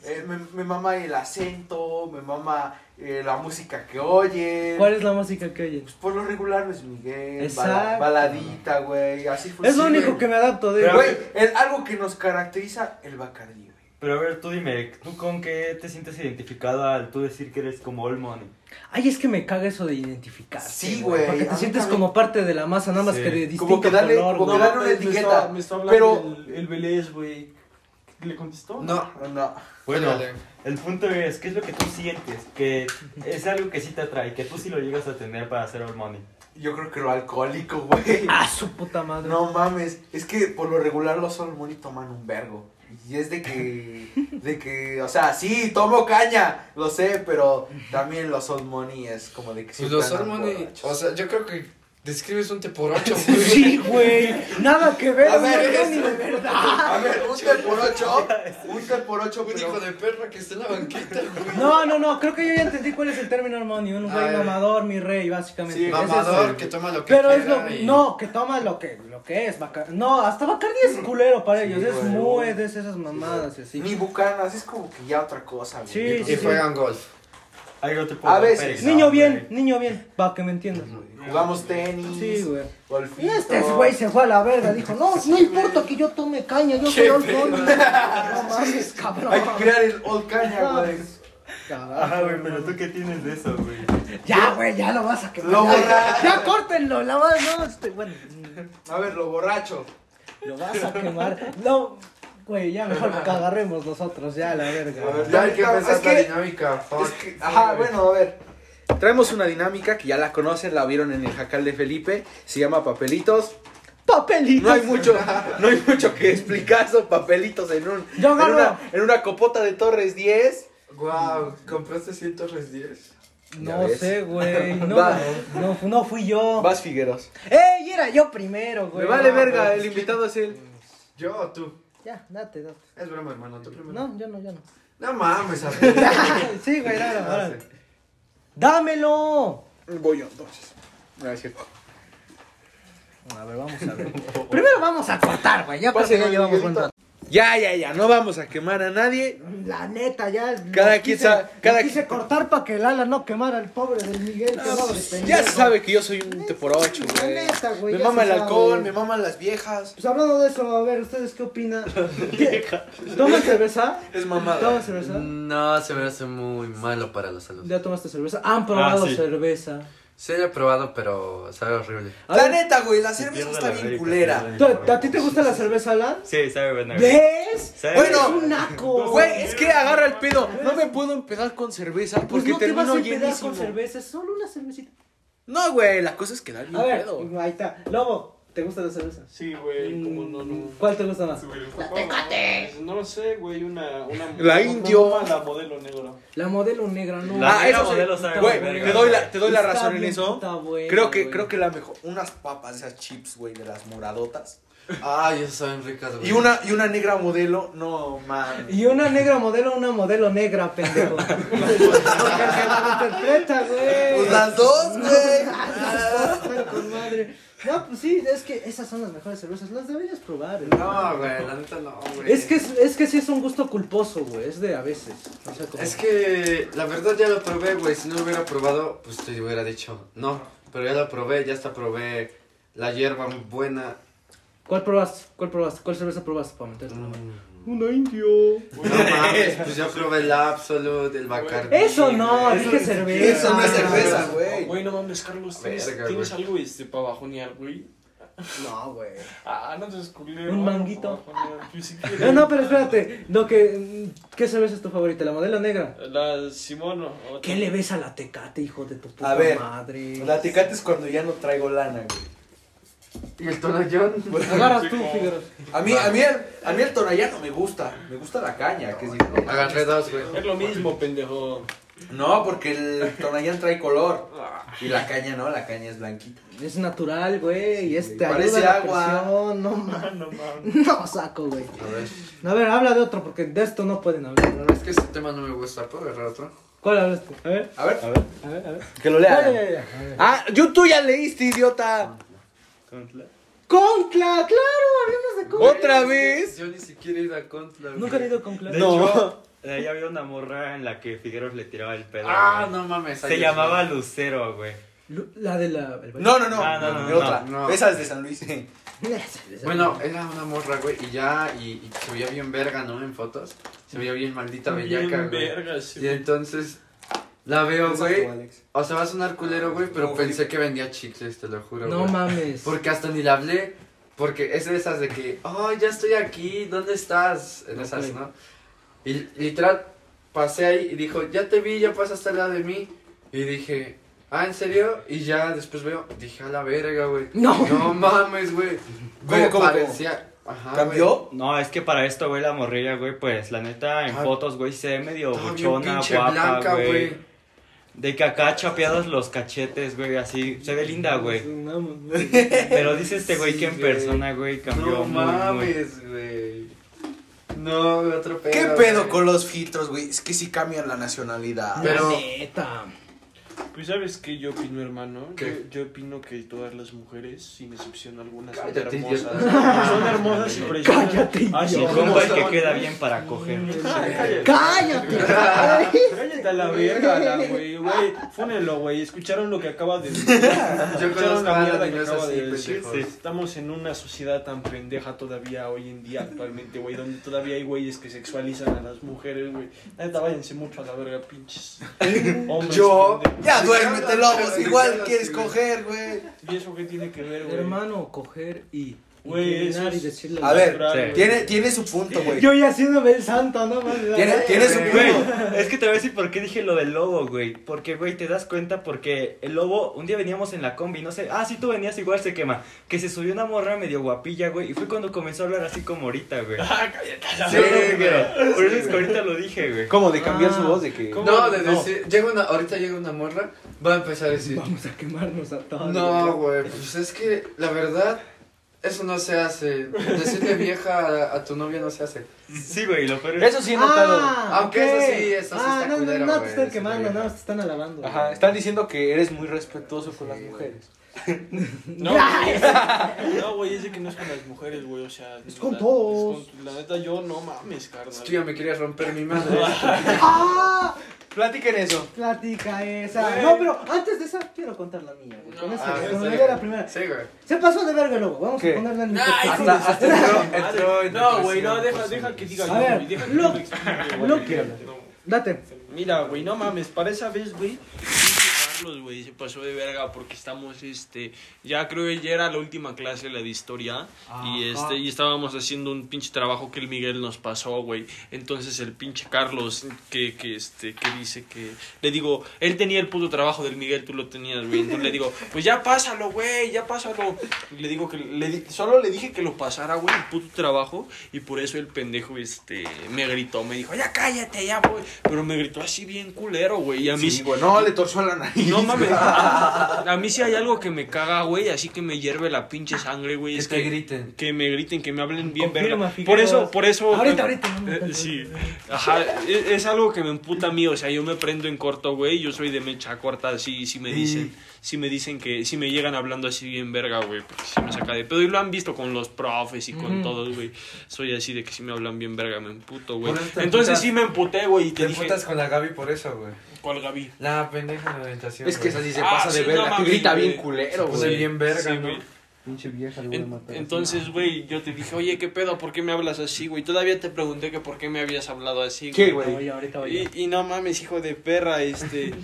eh, me, me mama el acento, me mama eh, la música que oyen.
¿Cuál es la música que oyes?
Pues por lo regular Luis Miguel,
Exacto.
bala- baladita, güey, así fue.
Es lo
Pues sí,
único
güey.
que me adapto de
Güey, el- algo que nos caracteriza, el Bacardí, güey.
Pero a ver, tú dime, ¿tú con qué te sientes identificado al tú decir que eres como all money?
Ay, es que me caga eso de identificarse.
Sí, güey,
Porque
a
te
mí
sientes
también.
como parte de la masa, nada más
Sí.
que de distinto
Como que dale-
color,
como
güey.
que dale- una
me
etiqueta,
estaba- Me está hablando
pero-
el, el Vélez, güey. ¿Le contestó?
No.
No,
Bueno,
dale.
el punto es, ¿qué es lo que tú sientes? Que es algo que sí te atrae, que tú sí lo llegas a tener para hacer all money.
yo creo que lo alcohólico, güey.
Ah, su puta madre.
No mames, es que por lo regular los Old Money toman un vergo. Y es de que, de que, o sea, sí, tomo caña, lo sé, pero también los Old Money es como de que
Pues
siempre
los Soul
andan
Money.
borrachos.
O sea, yo creo que describes un te por ocho, güey.
Pues Sí, güey. Nada que ver,
A
no
ver,
es
eso.
ni de verdad.
A ver, un te por ocho, un te por ocho,
Un
pero...
hijo de perra que está en la banqueta, güey.
No, no, no, creo que yo ya entendí cuál es el término hermano. Un
A
güey
ver.
mamador, mi rey, básicamente.
Sí,
Ese es el-
Mamador que toma lo que
Pero es
quiera
lo
y-
no, que toma lo que lo que es Bacardi. No, hasta Bacardi es culero para
Sí,
ellos, es
güey.
muy de esas mamadas y así.
Ni bucanas, es como que ya otra cosa, güey.
Sí,
Y juegan golf.
Algo te puedo
A veces.
no,
Niño bien,
güey.
niño bien, para que me entiendas.
Jugamos tenis,
Sí, güey.
golfito.
Este güey se fue a la verga, dijo, no, no importa que yo tome caña, yo soy Old Money. No mames,
Hay
cabrón.
que crear el old caña, güey.
Ah, güey, pero tú qué tienes de eso, güey.
Ya, güey, ya lo vas a quemar.
Lo borra-
ya, ya córtenlo, la vas, no, este, bueno,
A ver, lo borracho.
lo vas a quemar. No, güey, ya mejor que agarremos nosotros, ya, la verga.
A ver,
Ya hay que
Es
empezar la
que-
dinámica.
Es
fuck.
que- ajá, bueno, a ver. Traemos una dinámica que ya la conocen, la vieron en el jacal de Felipe, se llama papelitos.
Papelitos.
No hay mucho, no hay mucho que explicar, son papelitos en un
Yo
en
agarro.
una, en una copota de Torres 10.
Wow, ¿compraste 110?
Ya
No
ves.
sé, güey. No,
Va.
no, no fui yo.
Vas Figueros.
¡Ey! Era yo primero,
Me
güey.
vale
no,
verga,
pero
el
es que-
invitado es él.
¿Yo o tú?
Ya, date, date.
Es broma, hermano, tú primero.
No, yo no, yo no.
No mames, a ver.
Ah,
sí, güey, dale, dale. ¡Dámelo!
Voy yo entonces. No, es cierto.
A ver, vamos a ver. Primero vamos a cortar, güey. Ya creo que
Pásenme
ya
el
llevamos buen
Miguelito.
rato.
Ya, ya, ya, no vamos a quemar a nadie.
La neta, ya.
Cada
lo
quien
quise-
sabe-
lo
cada
quise
quien- Ah,
cortar para que el ala no quemara al pobre del Miguel. que no,
pues, Ya se
pendejo.
sabe que yo soy un te por ocho,
La
güey.
neta, güey,
Me
ya
mama
se
el alcohol,
sabe.
me maman las viejas.
Pues hablando de eso, a ver, ¿ustedes qué opinan? ¿Toman cerveza?
Es mamada.
¿Toman cerveza?
No, se me hace muy malo para la salud.
Ya tomaste cerveza. Han probado
Ah, sí.
cerveza.
Sí, lo he probado, pero sabe horrible.
A
La
ver,
neta, güey, la
Se
cerveza
pierde
está
la
bien
América,
culera.
se pierde
¿tú-
la América.
¿A ti te gusta la cerveza, Alan?
Sí, sabe buena.
¿Ves?
Sabe-
Bueno.
Es un naco.
Güey, es que agarra el pedo. No me puedo empezar con cerveza
Pues
porque
no te vas
termino
a empedar
llenísimo.
con cerveza, es solo una cervecita.
No, güey, la cosa es quedar bien
A ver,
pedo.
ahí está. Lobo, ¿te gusta la cerveza?
Sí, güey, como no, no.
Mm. ¿Cuál te gusta más?
Güey, no, no, No lo sé, güey, una. una
La
no,
indio.
no, la modelo negro.
La modelo negra, no.
La
ah,
neta,
eso sí.
modelo sabe
Güey,
verga,
te doy la,
güey.
te doy la
Está
razón en
bien
eso.
puta buena,
creo que
güey.
creo que la mejor unas papas esas chips, güey, de las moradotas.
Ay, esas saben ricas, güey.
Y una y una negra modelo, no mames.
Y una negra modelo, una modelo negra, pendejo. Porque se malinterpreta, güey.
Pues las dos, güey.
Ay, Ah, con madre. No, pues sí, es que esas son las mejores cervezas. Las deberías probar. hermano.
No, güey, la neta no, güey.
Es que, es, es que sí es un gusto culposo, güey. Es de a veces. O sea, como-
Es que la verdad ya lo probé, güey. Si no lo hubiera probado, pues te hubiera dicho no. Pero ya lo probé, ya hasta probé la hierba buena.
¿Cuál probaste? ¿Cuál probaste? ¿Cuál cerveza probaste para meterte?
Mm.
Una indio.
No mames, pues ya probé el Absolute, el Bacardi.
Eso no,
güey.
dije cerveza.
Eso no es cerveza,
Oh,
güey.
Güey, no mames, Carlos, ¿tienes,
Verga,
tienes
güey.
algo este para bajonear, güey?
No, güey.
Ah, no te descubrí.
Un manguito. No,
No,
no, pero espérate. No, que, ¿Qué cerveza es tu favorita? ¿La modelo negra?
La Simón. o- o-
¿Qué le ves a la tecate, hijo de tu puta
A ver,
madre?
La tecate es cuando ya no traigo lana, güey.
Y el Tonayón.
Agarras tú, Figueroa.
A mí a mí el, a mí el tonallá no me gusta, me gusta la caña, que es diferente.
Agarré dos, güey.
Es lo mismo, pendejo.
No, porque el tonallán trae color y la caña no, la caña es blanquita.
Es natural, güey. y es- te
Parece
ayuda a la
agua.
presión, No, ma-
No mames.
no saco, güey.
A ver.
A ver, habla de otro, porque de esto no pueden hablar. a ver.
Es que ese tema no me gusta, ¿puedo agarrar otro?
¿Cuál hablaste? A ver,
A ver,
A ver.
a ver, a ver.
que lo
Ya, ya,
lea.
ya, ya, a ver.
Ah, yo tú ya leíste, idiota.
¡Concla! ¡Claro! Hablemos de Concla.
¿Otra vez?
Yo ni siquiera he ido a Contra. güey.
Nunca he ido con Concla.
De
No.
hecho, de ahí había una morra en la que Figueros le tiraba el pedo.
Ah,
güey.
no mames.
Se
ahí
llamaba
es-
Lucero, güey.
Lu- La de la. el baile.
No, no, no.
Ah, no, no,
de
no,
otra.
no.
Esa es de San Luis.
Bueno, era una morra, güey, y ya, y, y se veía bien verga, ¿no? En fotos. Se veía bien maldita bellaca,
Bien
güey.
verga, sí.
Y entonces la veo, güey.
Alex.
O sea, va a sonar culero, güey, pero pensé que vendía chicles, te lo juro.
No
güey.
mames.
eh, Porque hasta ni la hablé. Porque es de esas de que, oh, ya estoy aquí, ¿dónde estás? En
No,
esas,
güey.
¿no? Y literal, pasé ahí y dijo, ya te vi, ya pasaste al lado de mí. Y dije, ah, ¿en serio? Y ya después veo, dije, a la verga, güey.
No.
No mames, güey. Güey,
cómo, cómo?
parecía. Ajá, güey.
¿Cambió?
No, es que para esto, güey, la morrilla, güey, pues la neta, en
Ah.
fotos, güey, se ve medio
Estaba bien
buchona,
pinche
guapa,
blanca,
güey.
güey.
De que acá chapeados los cachetes, güey, así. Se ve linda, güey.
No mames.
Pero dice este güey
Sí,
que en
güey.
persona, güey, cambió.
No
muy, muy.
mames, güey. No, güey, otro pedo.
¿Qué pedo
güey.
con los filtros, güey? Es que sí cambian la nacionalidad.
Pero-
La neta.
Pues sabes qué yo opino, hermano.
¿Qué?
Yo, yo opino que todas las mujeres, sin excepción algunas,
Cállate,
son hermosas.
idiota.
Son hermosas y preciosas.
Cállate,
Así
Mi
idiota.
como
compa el que
son.
queda bien para coger.
Cállate.
¡Cállate!
Cállate a la verga, Alan, güey, güey. Fúnelo, güey. Escucharon lo que acaba de decir. Escucharon
conozco
la
a
mierda
Alan y
que
no es
acaba
así,
de decir.
pendejo.
Sí. Estamos en una sociedad tan pendeja todavía hoy en día, actualmente, güey. Donde todavía hay güeyes que sexualizan a las mujeres, güey. Neta, váyanse mucho a la verga, pinches. Hombres
Yo-
pendejos.
Ya duérmete, lobos.
Pero-
Igual
pero-
quieres
pero-
coger, güey.
¿Y eso qué tiene que ver, güey?
Hermano, coger y.
Güey,
inclinar
eso es-
y decirle
A ver,
Natural,
sí.
güey.
Tiene, tiene su punto, güey.
Yo ya haciéndome el santo, no mames.
Tiene, tiene su
Güey,
punto.
es que te voy a decir por qué dije lo del lobo, güey. Porque, güey, te das cuenta porque el lobo, un día veníamos en la combi, no sé, ah, sí, tú venías igual, se quema. Que se subió una morra medio guapilla, güey, y fue cuando comenzó a hablar así como ahorita, güey.
Ah, cállate a la
Sí,
verga.
güey. Por eso es que ahorita lo dije, güey.
¿Cómo?
¿De cambiar su voz?
de que.
¿Cómo?
No, de
No.
decir, llega una, ahorita llega una morra, va a empezar a decir,
Vamos a quemarnos a todos.
no, güey, pues es que la verdad, eso no se hace. Decirle vieja a, a tu novia no se hace.
Sí, güey, lo peor es.
Eso sí he notado.
Ah,
Aunque
ok.
eso sí, eso sí
ah,
está
no,
culero,
no, no te
güey,
están
eso
quemando,
está
no,
bien.
te están alabando.
Ajá, están diciendo que eres muy respetuoso con las
Sí,
mujeres.
No, güey, no, güey, es de que no es con las mujeres, güey, o sea...
Es con
la-
todos.
es con- la neta, yo no mames,
Es
carnal.
que ya me quería romper mi madre.
¡Ah!
Platiquen eso.
Platica esa.
Güey.
No, pero antes de esa quiero contar la mía. güey, Con esa,
Ah,
con
sí,
la de
güey.
la primera.
Sí, güey.
Se pasó de verga luego. Vamos
¿Qué?
a ponerla en mi
Ay,
perfil.
Hasta, hasta entró,
Madre.
entró en
No, güey,
depresión
no, deja,
por su-
deja que diga
A
yo,
ver,
güey, deja que
lo-
yo me explique, güey.
lo que- Date.
Mira, güey, no mames, para esa vez, güey, ejemplos, güey, se pasó de verga porque estamos, este, ya creo que ya era la última clase la de historia y
Ajá.
este y estábamos haciendo un pinche trabajo que el Miguel nos pasó, güey. Entonces el pinche Carlos que, que este que dice que le digo, él tenía el puto trabajo del Miguel, tú lo tenías, güey. Entonces le digo, "Pues ya pásalo, güey, ya pásalo." Y le digo que le di- solo le dije que lo pasara, güey, el puto trabajo y por eso el pendejo este me gritó, me dijo, "Ya cállate, ya voy." Pero me gritó así bien culero, güey. Y a mí
Sí, güey, no, le torció la nariz.
no mames. A mí sí hay algo que me caga, güey. Así que me hierve la pinche sangre, güey.
Es que griten.
Que me griten, que me hablen bien,
Confirma,
verga. Por
Figueroa.
eso, por eso.
Ahorita, ahorita, no me
Eh,
cuento.
sí. Ajá. Es, es algo que me emputa a mí. O sea, yo me prendo en corto, güey. Yo soy de mecha corta. Así, si me dicen. Si me dicen que. Si me llegan hablando así bien, verga, güey. Porque si me saca de pedo. Y lo han visto con los profes y con
Ujú.
todos, güey. Soy así de que si me hablan bien, verga, me emputo, güey.
Por eso te
Entonces
emputas.
sí me emputé, güey. Y te,
Te
dije.
putas con la Gaby por eso, güey.
¿Cuál Gaby?
La pendeja en la orientación.
Es que esa
güey.
sí se
Ah,
pasa de
sí, no
verga, que
mames,
grita
güey.
bien culero,
Se pone
güey.
bien verga,
Sí,
¿no?
güey.
Pinche vieja, le voy a
En-
matar.
entonces, güey, yo te dije, oye, ¿qué pedo? ¿Por qué me hablas así, güey? Todavía te pregunté que por qué me habías hablado así,
¿Qué,
güey.
güey?
Oye, ahorita oye.
Y, y no mames, hijo de perra, este.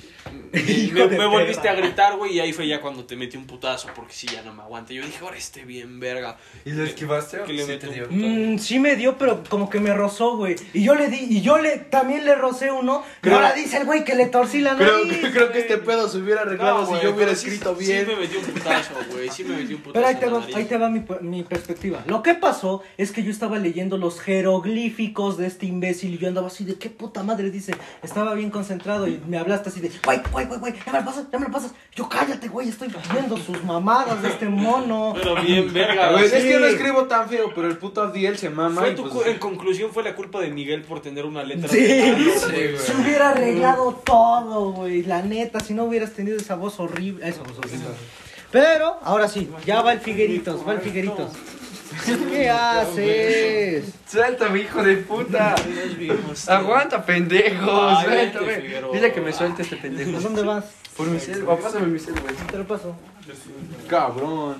Hijo
me
de
me volviste
perra.
a gritar, güey, y ahí fue ya cuando te metí un putazo, porque si ya no me aguanté. Yo dije, ahora esté bien, verga.
¿Y lo esquivaste o
Que le
sí te dio?
meto-
Mm, sí me dio, pero como que me rozó, güey. Y yo le di, y yo le también le rocé uno. Y
Creo-
ahora dice el güey que le torcí la nariz.
Creo que, creo que este pedo se hubiera arreglado
No,
si
güey,
yo hubiera
pero sí-
escrito bien.
Sí me metí un putazo, güey, sí me metí un putazo.
Pero ahí te
en la
va,
nariz.
ahí te va mi, mi perspectiva. Lo que pasó es que yo estaba leyendo los jeroglíficos de este imbécil y yo andaba así de qué puta madre dice. Estaba bien concentrado y me hablaste así de, güey, güey, güey, güey, ya me lo pasas, ya me lo pasas. Yo cállate, güey, estoy viendo sus mamadas de este mono.
Pero bien, verga,
Güey,
güey.
Es que no
Sí.
escribo tan feo, pero el puto Abdiel se mama.
Fue
y
tu
pues-
cu- en conclusión, fue la culpa de Miguel por tener una letra.
Sí.
de-
Sí, güey.
Se hubiera arreglado todo, güey, la neta, si no hubieras tenido esa voz horrible, esa voz horrible. Pero, ahora sí, ya va el Figueritos, va el Figueritos. ¿Qué haces?
Suéltame, hijo de puta.
Nos vimos, tío.
Aguanta, pendejo.
Ay, vente,
Suéltame.
Figueroa.
Dile que me suelte este pendejo.
¿A dónde vas?
Por mi cel, va, pásame mi cel, güey.
Te lo paso.
Cabrón.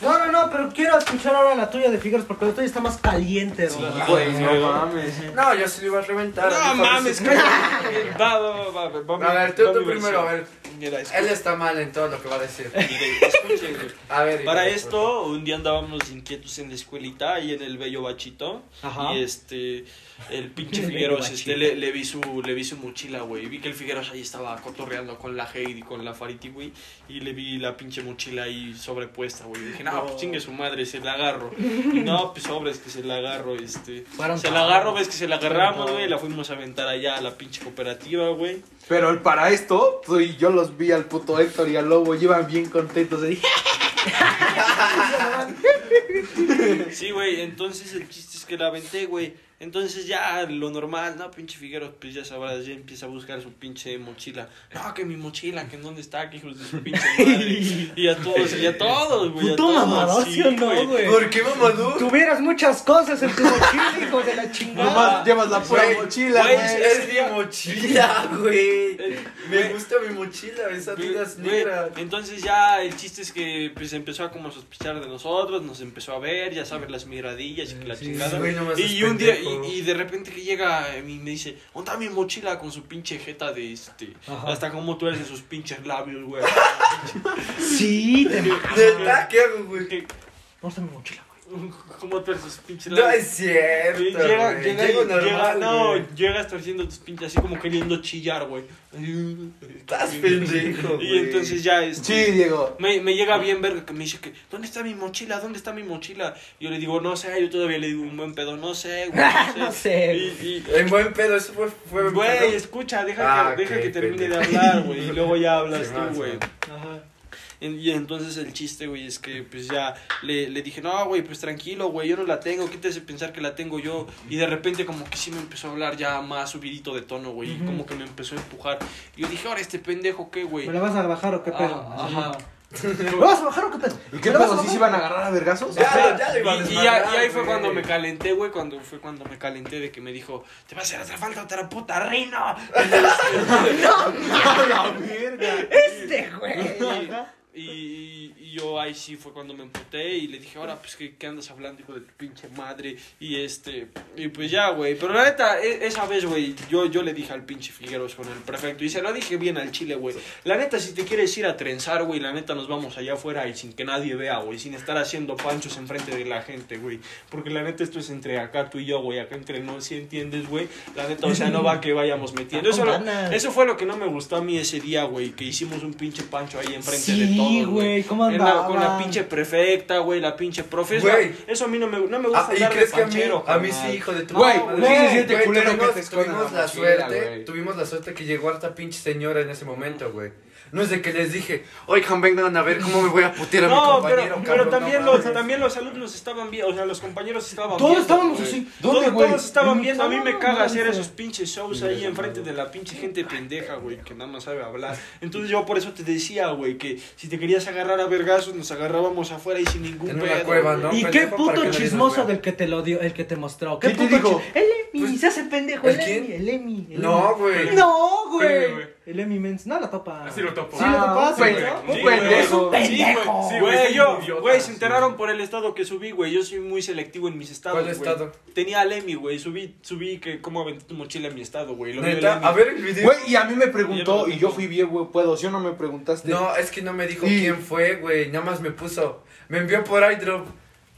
No, no, no, pero quiero escuchar ahora la tuya de Figueros porque la tuya está más caliente, hermano.
Güey, no mames.
No, yo sí lo iba a reventar.
No
Ahorita
mames,
ves-
cállate. Va, va, va, va, va, va,
A
mi-
ver, tú,
va
tú
mi
primero, a
versión.
ver.
Mira,
Él está mal en todo lo que va a decir.
escuchen, güey.
A ver.
Para
hijo de puta.
esto, un día andábamos inquietos en la escuelita y en el bello bachito.
Ajá.
Y este, el pinche
El Bello
Figueros,
Bachito.
este, le, le vi su, le vi su mochila, güey. Y Vi que el Figueros ahí estaba cotorreando con la Heidi, con la Fariti, güey. Y le vi la pinche mochila ahí sobrepuesta, güey. Y dije, no, pues chingue su madre, se la agarro. Y no, pues sobres que se la agarro, este.
Fueron
se la
todos.
agarro, ves que se la agarramos, güey. La fuimos a aventar allá a la pinche cooperativa, güey.
Pero el- para esto, tú y yo los vi al puto Héctor y al Lobo, y iban bien contentos. Y dije,
Sí, güey, entonces el chiste es que la aventé, güey. Entonces ya lo normal, no, pinche Figueros, pues ya sabrás, ya empieza a buscar su pinche mochila. No, que mi mochila, que en dónde está, que hijos de su pinche madre. Y a todos, y a todos, güey. a
Puto
todos,
mamador, ¿sí o no,
eh,
güey?
¿Por qué, mamadú?
Tuvieras muchas cosas en tu mochila, hijo de la chingada.
nomás llevas la pura
Güey,
mochila,
güey,
Ah, güey.
Es mi mochila, güey.
Eh,
Me
güey.
gusta mi mochila, esa tira es
Güey,
negra.
Entonces ya el chiste es que pues empezó a como sospechar de nosotros, nos empezó a ver, ya sabes las miradillas y que la
Sí,
chingada.
güey, no me haces
y un día, y,
pendejo.
y de repente que llega eh, y me dice, ¿dónde está mi mochila con su pinche jeta de este?
Ajá.
Hasta como tú eres de sus pinches labios, güey.
Sí, te
¿Neta? ¿Qué hago, güey?
Vamos a mi mochila, güey.
¿Cómo tú eres de sus pinches
No
labios?
es cierto.
Y llega,
güey.
llega,
Llego
y- llega-
normal,
no,
güey.
llegas torciendo tus pinches así como queriendo chillar, güey.
Estás pendejo,
Y
güey.
entonces ya este,
Sí, Diego.
Me, me llega bien verga que me dice que, ¿dónde está mi mochila? ¿Dónde está mi mochila? Y yo le digo, no sé, yo todavía le digo un buen pedo, Ah, no sé, güey.
No sé,
Y- y-
En buen pedo, eso fue. fue buen
Güey,
pedo.
escucha, deja,
Ah,
que, deja
ok,
que termine de
pendejo.
hablar, güey. Y luego ya hablas
Sí,
tú,
vas,
güey.
vas.
En- Y entonces el chiste, güey, es que pues ya le, le dije, no, güey, pues tranquilo, güey, yo no la tengo, quítese pensar que la tengo yo. Y de repente como que sí me empezó a hablar ya más subidito de tono, güey, y
Ujú.
como que me empezó a empujar. Y yo dije, ahora este pendejo, ¿qué, güey?
¿Me la vas a bajar o qué pedo?
Ah, ajá.
¿Me vas a bajar o qué pedo?
¿Y
¿Me
qué
la vas a
pedo? ¿Sí se
bajar?
iban a agarrar a vergazos?
Ya, ya lo iba a
Y, y ya-
desmadrar,
y ahí fue
güey.
cuando me calenté, güey, cuando fue cuando me calenté de que me dijo, te va a hacer otra falta otra puta reina.
¡A la verga!
Este, güey.
Y- Y, y yo ahí sí fue cuando me emputé y le dije, ahora, pues, ¿qué, qué andas hablando, hijo de tu pinche madre? Y este, y pues ya, güey. Pero la neta, e- esa vez, güey, yo, yo le dije al pinche Figueros con el prefecto y se lo dije bien al chile, güey. La neta, si te quieres ir a trenzar, güey, la neta, nos vamos allá afuera y sin que nadie vea, güey, sin estar haciendo panchos enfrente de la gente, güey. Porque la neta, esto es entre acá tú y yo, güey, acá entre no, si entiendes, güey. La neta, o sea, no va que vayamos metiendo. Eso, lo- eso fue lo que no me gustó a mí ese día, güey, que hicimos un pinche pancho ahí enfrente de
Sí,
todo,
güey, ¿cómo
En la-
andaban?
Con la pinche prefecta, güey, la pinche profe. Eso,
Güey.
eso a mí no me, no me gusta
Ah, ¿Y
andar de
crees que a mí,
panchero,
a mí
carnal.
sí, hijo de tu
Güey,
madre?
güey, se siente
Güey,
culero que
tuvimos,
te escondan
tuvimos
la
la,
mochila,
suerte,
güey.
tuvimos la suerte que llegó harta pinche señora en ese momento, güey. No es de que les dije, oigan, vengan a ver cómo me voy a putear a mi
No,
compañero,
pero, pero
cabrón,
también,
no
los,
mames".
también los alumnos estaban bien, o sea, los compañeros estaban
Todos
viendo,
estábamos
güey.
así.
Todos-
¿Dónde, güey?
todos estaban
En mi
viendo. A mí me
salón,
caga
madre,
hacer
güey.
esos pinches shows ahí enfrente de la pinche gente pendeja, güey, que nada más sabe hablar. Entonces yo por eso te decía, güey, que si te querías agarrar a vergazos, nos agarrábamos afuera y sin ningún
En una
pedo,
cueva,
güey.
¿no?
Y
pendejo
qué
para
puto
que no digas,
chismoso
güey.
del que te lo dio, el que te mostró. ¿Qué
¿Qué te
puto
dijo?
chi- El Emi,
Pues-
se hace pendejo. El
¿El quién?
Emi, el Emi. el
No,
Emi.
güey.
No,
Sí,
güey.
güey.
El Emi Mens, no lo topa.
Así lo topo.
Sí, lo
Ah,
topaste,
güey.
¿no?
Sí,
Un
güey.
pendejo. Es
Sí, güey.
un pendejo.
Sí,
Güey,
es
yo,
un idiota,
güey, se
sí.
enteraron por el estado que subí, güey. Yo soy muy selectivo en mis estados.
¿Cuál
güey.
estado?
Tenía al Emi, güey. Subí, subí que cómo aventé tu mochila en mi estado, güey. Lo vio el
Neta,
Emi.
a ver el video.
Güey, y a mí me preguntó, y yo fui bien, güey, puedo. Si no me preguntaste.
No, es que no me dijo
Y-
quién fue, güey, nada más me puso, me envió por iDrop.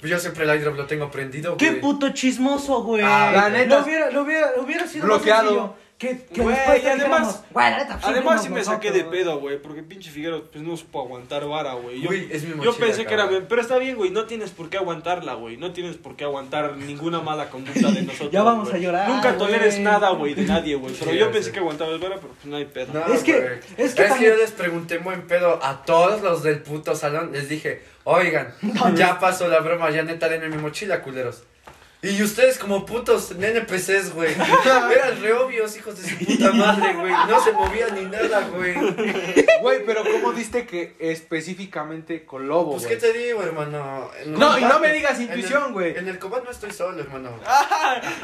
Pues Yo siempre el iDrop lo tengo prendido,
Qué
güey.
puto chismoso, güey.
Ah, la neta.
Lo hubiera, lo hubiera, lo hubiera sido
Bloqueado.
Más sencillo que, que
Güey,
después te
y además-
dijéramos, güey, la neta, sí
Además
fuimos
sí me saqué de
nosotros".
pedo, güey, porque pinche Figueroa pues no supo aguantar vara, güey. Yo,
Güey, es mi
yo
mochila,
pensé que era,
cabrón.
pero está bien, güey, no tienes por qué aguantarla, güey. No tienes por qué aguantar ninguna mala conducta de nosotros.
Ya vamos
güey.
a llorar,
Nunca
güey.
toleres nada, güey, de nadie, güey. Pero
Sí,
yo
sí.
pensé que aguantabas vara, pero pues no hay pedo.
No,
Es que-
güey.
es que también-
yo les pregunté en buen pedo a todos los del puto salón. Les dije, oigan, ya pasó la broma, ya neta denme mi mochila, culeros. Y ustedes como putos NPCs, güey. Eran re obvios, hijos de su puta madre, güey. No se movían ni nada, güey.
Güey, pero ¿cómo diste que específicamente con lobo?
Pues, ¿qué
güey?
te digo, hermano? En el
No, y
combate-
no me digas
en el-
intuición, güey. Ah.
En el combate no estoy solo, hermano.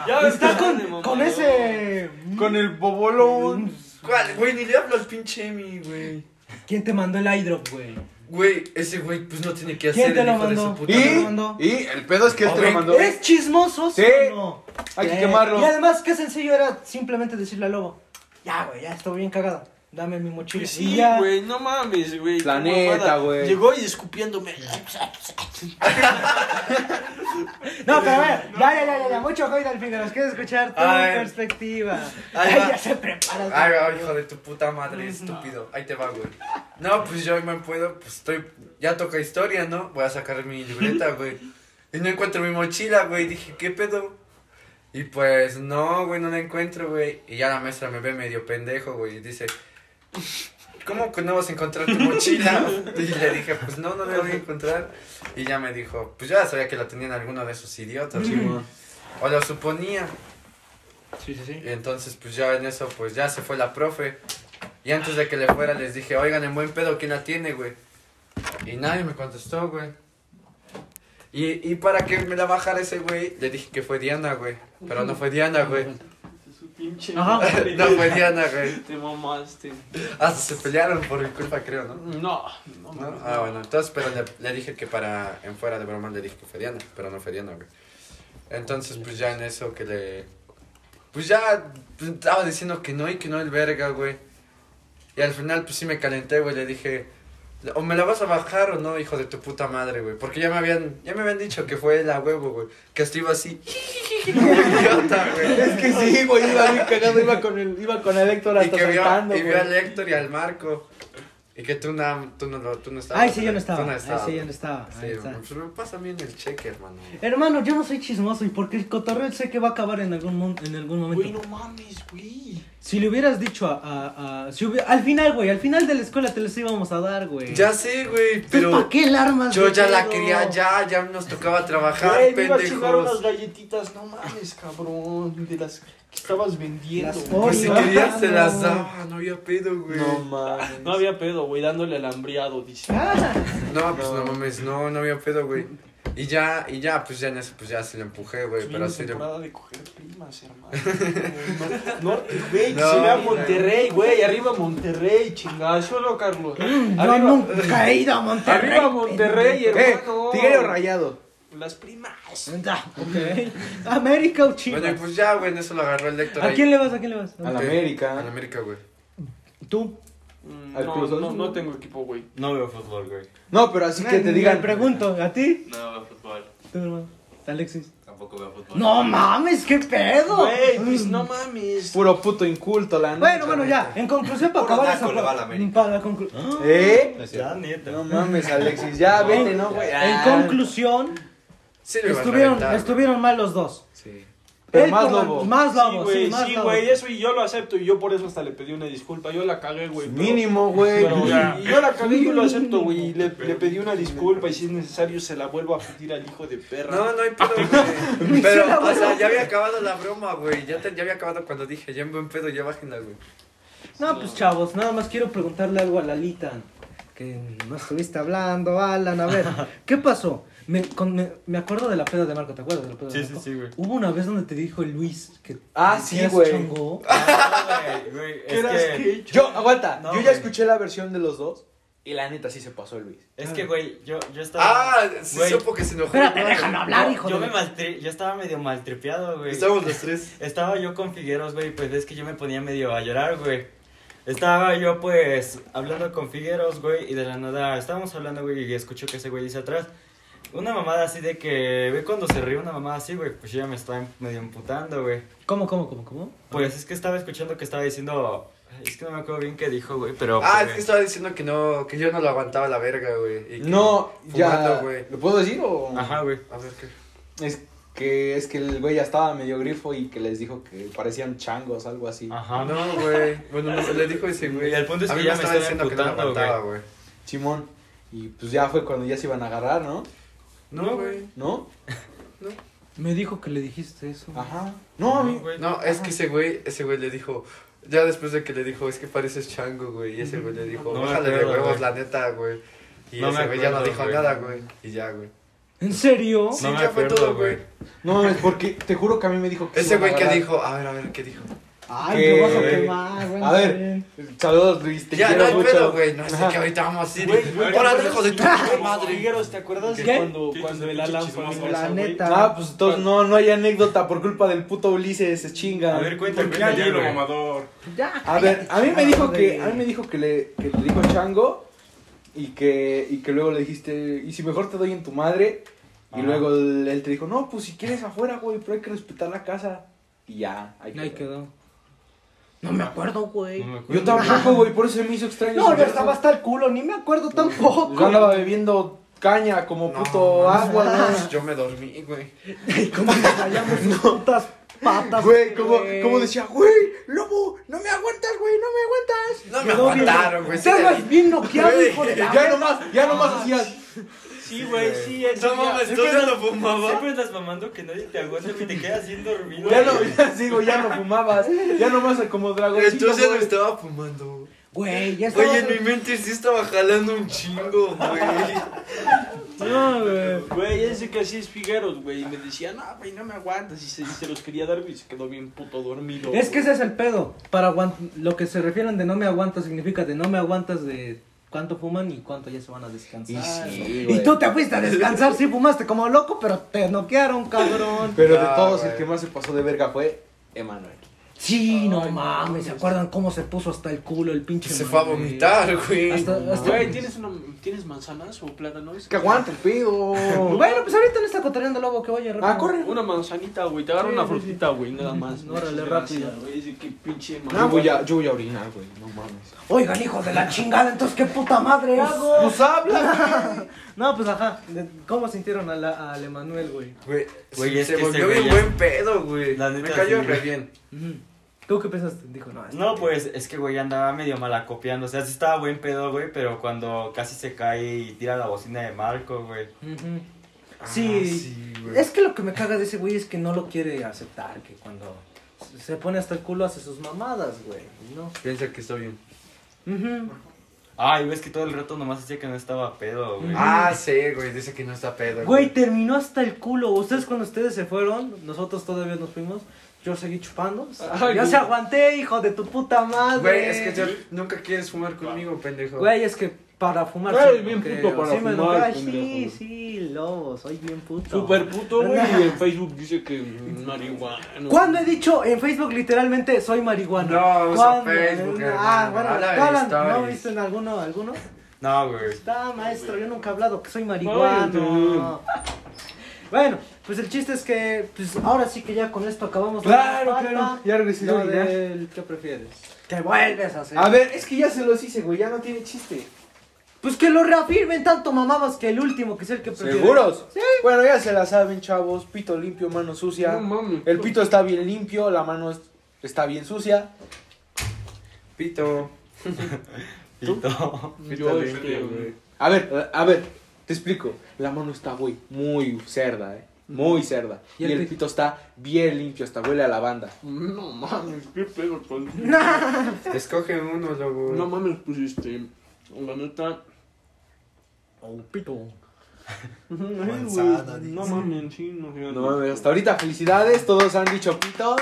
Ya me
Está
empezaron de
con,
mamá,
con
no.
ese.
Con el bobolón.
¿Cuál? Güey, ni le hablo al pinche Emi, güey.
¿Quién te mandó el iDrop, güey?
Güey, ese güey, pues no tiene que
¿Quién
hacer
te
el
lo
hijo de
mandó?
su
Y,
puta
¿Te lo
madre.
mandó?
y el pedo es que él te lo
Hombre,
mandó.
¿Es chismoso?
Sí.
o no?
Hay que
Sí.
quemarlo.
Y además, qué sencillo era simplemente decirle al lobo: Ya, güey, ya estoy bien cagado. Dame mi mochila.
Pues
Y
Sí,
ya.
güey, no mames, güey. qué
La neta,
mamada.
güey.
Llegó y escupiéndome.
No, pero bueno, ya, ya, ya, ya, ya, mucho hoy al Figueros. Quiero escuchar tu
Ay.
perspectiva.
Ahí
Ay,
va.
ya se prepara.
Ay, ay, hijo de tu puta madre, estúpido. Ahí te va, güey. No, pues yo me puedo, pues estoy. Ya toca historia, ¿no? Voy a sacar mi libreta, güey. Y no encuentro mi mochila, güey. Dije, ¿qué pedo? Y pues, no, güey, no la encuentro, güey. Y ya la maestra me ve medio pendejo, güey. Y dice, ¿cómo que no vas a encontrar tu mochila? Y le dije, pues no, no la voy a encontrar. Y ya me dijo, pues yo ya sabía que la tenían alguno de esos idiotas, güey. O lo suponía.
Sí, sí, sí.
Y entonces, pues ya en eso, pues ya se fue la profe. Y antes de que le fuera, les dije, oigan, en buen pedo, ¿quién la tiene, güey? Y nadie me contestó, güey. Y, y para que me la bajara ese güey, le dije que fue Diana, güey. Pero no fue Diana, güey.
Su pinche
Ajá.
madre.
No fue Diana, güey.
Te mamaste.
Hasta se pelearon por mi culpa, creo, ¿no?
No, no
¿No?
mames.
Ah, bueno, entonces, pero le, le dije que para, en fuera de broma, le dije que fue Diana, pero no fue Diana, güey. Entonces, pues ya en eso que le. Pues ya pues, estaba diciendo que no y que no el verga, güey. Y al final, pues sí me calenté, güey, le dije. O me la vas a bajar o no, hijo de tu puta madre, güey. Porque ya me habían, ya me habían dicho que fue la huevo, güey. Que hasta iba así. como idiota, güey.
Es que sí, güey, iba bien cagado, iba con el, iba con el Héctor
Y
hasta
que vio,
saltando,
y vio
güey.
al Héctor y al Marco. Y que tú, na- tú, no, lo- tú no estabas.
Ay, sí, yo no estaba.
Tú
Ay, sí, yo no
güey.
estaba.
Sí,
Ahí está.
pues me pasa bien el cheque, hermano.
Hermano, yo no soy chismoso y porque el cotorreo sé que va a acabar en algún, mon- en algún momento.
Güey, no mames, güey.
Si le hubieras dicho a... a- a- si hubi- al final, güey, al final de la escuela te los íbamos a dar, güey.
Ya sé, güey,
¿Para
pero
Eh, qué el armas?
yo
de
ya la
pedo?
quería ya, ya nos tocaba trabajar,
Güey, me iba a chingar unas
pendejos.
galletitas, no mames, cabrón. De las que estabas vendiendo.
Las
güey.
Pues si
Oye,
querías se las
mano.
daba, no había pedo, güey.
No
No,
mames.
No había pedo, güey, dándole el hambriado, dice.
Ah,
pues no mames, no, no había pedo, güey. Y ya, y ya, pues ya en eso, pues ya se le empujé, güey. Pero
Pero
así le.
temporada de coger primas, hermano. No, güey, que
No.
se vea Monterrey, güey. Arriba Monterrey, chingada. Suelo, Carlos. Arriba,
Yo nunca he ido a Monterrey.
arriba Monterrey,
Eh,
hermano.
tigre o rayado.
Las primas.
Ah, ok. América o Chivas.
Bueno, y pues ya, güey, en eso lo agarró el Héctor.
¿A
ahí.
quién le vas? ¿A quién le vas?
A la
Ok,
América.
A la América, güey.
Tú.
Mm,
Al
No,
Cruz Azul.
no, no tengo equipo, güey.
No veo fútbol, güey.
No, pero así que te digan.
Pregunto, ¿a ti?
No veo fútbol.
Tu hermano. Alexis.
Tampoco veo fútbol.
No mames, qué pedo. Mm.
Güey, pues no mames.
Puro puto inculto, la
Bueno, bueno, ya. En conclusión, para
Puro
acabar
naco le va a la
esa.
América.
Para conclu- ¿Ah?
¿Eh?
Ya, neta.
No mames, Alexis, ya vete, ¿no, güey?
En conclusión,
Sí, lo iba a
estuvieron,
reventar, güey.
estuvieron mal los dos.
Sí.
Pero
Él
más
por la-
lobo.
Más
sí,
lobo, sí,
güey,
más
sí,
lobo.
güey, eso y yo lo acepto y yo por eso hasta le pedí una disculpa, yo la cagué, güey. pero-
Mínimo, güey.
pero- y yo la cagué, yo lo acepto, güey, y le, le pedí una disculpa y si es necesario se la vuelvo a pedir al hijo de perra.
No, no hay
Ah,
pedo, güey. Pero, o sea, ya había acabado la broma, güey. Ya, te- ya había acabado cuando dije, ya en buen pedo, ya bájenla, güey.
No, pues chavos, nada más quiero preguntarle algo a Lalita. Que no estuviste hablando, Alan. A ver, ¿qué pasó? Me, con- me, me acuerdo de la peda de Marco, ¿te acuerdas de la peda de
Sí, sí,
Marco?
sí, güey.
Hubo una vez donde te dijo el Luis que.
Ah,
que
sí,
eras
güey.
chongo.
Ah, güey, güey,
¿Qué
es
eras
que,
que-
Yo, aguanta,
No,
yo ya
güey.
escuché la versión de los dos y la neta sí se pasó el Luis.
es que, güey, yo, yo estaba.
Ah, sí
Güey.
supo que se enojó.
Espérate,
¿no?
déjalo hablar, hijo
yo,
de.
me maltri- yo estaba medio maltripeado, güey.
Estamos los tres.
Estaba yo con Figueros, güey, pues es que yo me ponía medio a llorar, güey. Estaba yo, pues, hablando con Figueros, güey, y de la nada estábamos hablando, güey, y escucho que ese güey dice atrás. Una mamada así de que, ve cuando se ríe una mamada así, güey, pues yo ya me estaba medio emputando, güey.
¿Cómo, cómo, cómo, cómo?
Pues es que estaba escuchando que estaba diciendo, es que no me acuerdo bien qué dijo, güey, pero...
Ah,
pues,
es que estaba diciendo que no, que yo no lo aguantaba la verga, güey. y que-
No,
fumando,
ya.
güey.
¿Lo puedo decir o.?
Ajá, güey.
A ver qué.
Es que, es que el güey ya estaba medio grifo y que les dijo que parecían changos, algo así.
Ajá.
Ah, No, güey. Bueno, no, le dijo ese, güey.
Y el punto es
A
que
mí
ya
me
me estaba
estaba diciendo que no lo
emputando,
aguantaba, güey.
Simón. Y pues ya fue cuando ya se iban a agarrar, ¿no?
No, güey.
¿No?
Me dijo que le dijiste eso.
Ajá. No, a mí.
güey.
No, es que ese güey, ese güey le dijo. Ya después de que le dijo, es que pareces chango, güey. Y ese güey le dijo,
No me
bájale de
acuerdo,
huevos,
güey.
la neta, güey. Y
No me
ese güey ya no
acuerdo,
dijo
güey.
nada, güey. Y ya, güey.
¿En serio?
Sí,
No me
ya fue
acuerdo,
todo, güey.
güey.
No, es porque te juro que a mí me dijo que. se
Ese
iban a
güey que
agarrar.
dijo, a ver, a ver, ¿qué dijo?
Ay,
¿Qué?
me vas a quemar, güey.
A ver, saludos Luis, te
ya,
quiero
no hay
mucho.
pedo, güey. No sé
Ajá.
que ahorita vamos así.
Güey, güey,
Ahora,
¿te
hijo de tu
acuerdas?
puta madre.
Figueros, ¿te acuerdas
¿Qué?
cuando,
¿Qué?
cuando el Alan fue a mi
Chismoso.
casa,
La
güey?
neta.
Ah, pues entonces no, no hay anécdota por culpa del puto Ulises, se chinga.
A ver, cuéntame,
¿Por qué al libro,
güey.
mamador?
Pues Ya.
A ver, a mí me dijo que, a mí me
dijo.
dijo que le, que le dijo chango y que, y que luego le dijiste, y si mejor te doy en tu madre. Y
Ajá.
luego él, él te dijo, no, pues si quieres afuera, güey, pero hay que respetar la casa. Y ya, ahí
Ahí
quedó.
quedó. No me acuerdo, güey.
No me acuerdo.
Yo tampoco, güey, por eso se me hizo extraño.
No,
ese
yo
verso.
estaba hasta el culo, ni me acuerdo
Yo
tampoco.
andaba bebiendo caña como
No,
puto
no,
agua, ¿no?
no, Yo me dormí, güey.
Ay, cómo nos fallamos sus putas patas.
Güey, como, como decía, güey, lobo, no me aguantas, güey, no me aguantas.
No me
Quedó bien.
aguantaron, güey. sí
Estabas
le di-
bien noqueado,
Güey,
hijo de la
Ya
verga.
nomás, ya nomás hacías.
Sí, güey, sí, ese
No
día.
mames, tú ya lo fumabas.
Siempre estás mamando que nadie te aguanta y te quedas sin dormido.
Ya no, ya digo, ya no fumabas. Ya nomás como dragoncito.
Entonces lo
güey.
estaba fumando.
Güey, ya estaba.
Oye, en mi mente sí estaba jalando un chingo, güey.
No, güey.
Güey, ese que así es Figueros, güey. Y me decía, no, güey, no me aguantas. Y se, y se los quería dar, güey, y se quedó bien puto dormido.
Es que
güey.
ese es el pedo. Para aguant- lo que se refieren de no me aguantas significa de no me aguantas de cuánto fuman y cuánto ya se van a descansar.
Ah, Y sí,
y
güey.
tú te fuiste a descansar, sí fumaste como loco, pero te noquearon, cabrón.
Pero de
Ah,
todos, el
güey.
que más se pasó de verga fue Emanuel.
Sí, no mames, ¿se acuerdan cómo se puso hasta el culo el pinche?
Se fue a
Manuel?
vomitar, güey.
Hasta, hasta-
Güey, ¿tienes, una, ¿tienes manzanas o plátanos?
Es que aguanta el pedo.
Bueno, pues ahorita no está cotorreando lobo que vaya rápido.
Ah, corre.
Una manzanita, güey. Te agarro
Sí,
una
sí,
frutita, güey, nada más.
Órale,
Muchas
rápido.
gracias, güey, ese que pinche
No,
mamón.
voy a, yo voy a orinar, güey, no mames.
Oigan, hijos de la chingada, entonces qué puta madre hago.
Pues habla.
No, pues ajá. de- ¿Cómo sintieron a la- al Emanuel, güey?
Güey,
Güey,
se-
es
se
que este
volvió
güey
bien
ya-
buen pedo, güey.
La
Me
neta,
cayó
sí.
re bien.
Ujú. ¿Tú qué pensaste? Dijo, no. este-
No, pues es que, güey, andaba medio malacopiando. O sea, sí estaba buen pedo, güey, pero cuando casi se cae y tira la bocina de Marco, güey.
Ujú.
Ah,
Sí.
güey.
Es que lo que me caga de ese güey es que no lo quiere aceptar, que cuando se pone hasta el culo hace sus mamadas, güey. No.
Piensa que estoy bien.
Ujú.
Ay, ves que todo el rato nomás decía que no estaba pedo,
Mm.
güey.
Ah, sí, güey, dice que no está pedo.
Güey, terminó hasta el culo. Ustedes cuando ustedes se fueron, nosotros todavía nos fuimos. Yo seguí chupando.
Ay,
yo
güey.
se aguanté, hijo de tu puta madre.
Güey, es que yo nunca quieres fumar conmigo, pendejo.
Güey, es que para fumar.
Güey,
sí me
bien
creo.
puto para
Sí me
fumar,
enojé. Ay, Sí,
pendejo.
sí, lobo, soy bien puto.
Super puto, güey. Y en Facebook dice que marihuana.
¿Cuándo he dicho en Facebook literalmente soy marihuana?
No, usa
¿Cuándo?
Facebook,
Ah,
hermano,
bueno,
habla de
Alan, ¿no
stories.
viste en alguno? alguno?
No, güey.
Está, maestro, yo nunca he hablado que soy marihuano. Bueno, pues el chiste es que pues ahora sí que ya con esto acabamos
Claro,
la
claro.
pata.
Ya regresé
Lo
yo, ya.
del ¿Qué prefieres? Que vuelves a hacer.
A ver, es que ya se los hice, güey. Ya no tiene chiste.
Pues que lo reafirmen tanto mamabas que el último que es el que prefieres.
¿Seguros? Bueno, ya se la saben, chavos. Pito limpio, mano
No
sucia.
mames.
El pito está bien limpio, la mano es- está bien sucia.
Pito.
Pito.
Yo
Pito
este,
limpio,
güey.
A ver, a ver, te explico. La mano está, güey, muy cerda, eh. Muy cerda.
¿Y
Y
el
el
pito?
pito está bien limpio, hasta huele a lavanda.
No mames, qué pedo con.
Escoge uno, lobo.
No mames, pues este. La neta.
Oh, pito.
Ay, güey,
Manzana,
No mames, sí, no
No mames, hasta ahorita felicidades, todos han dicho pito.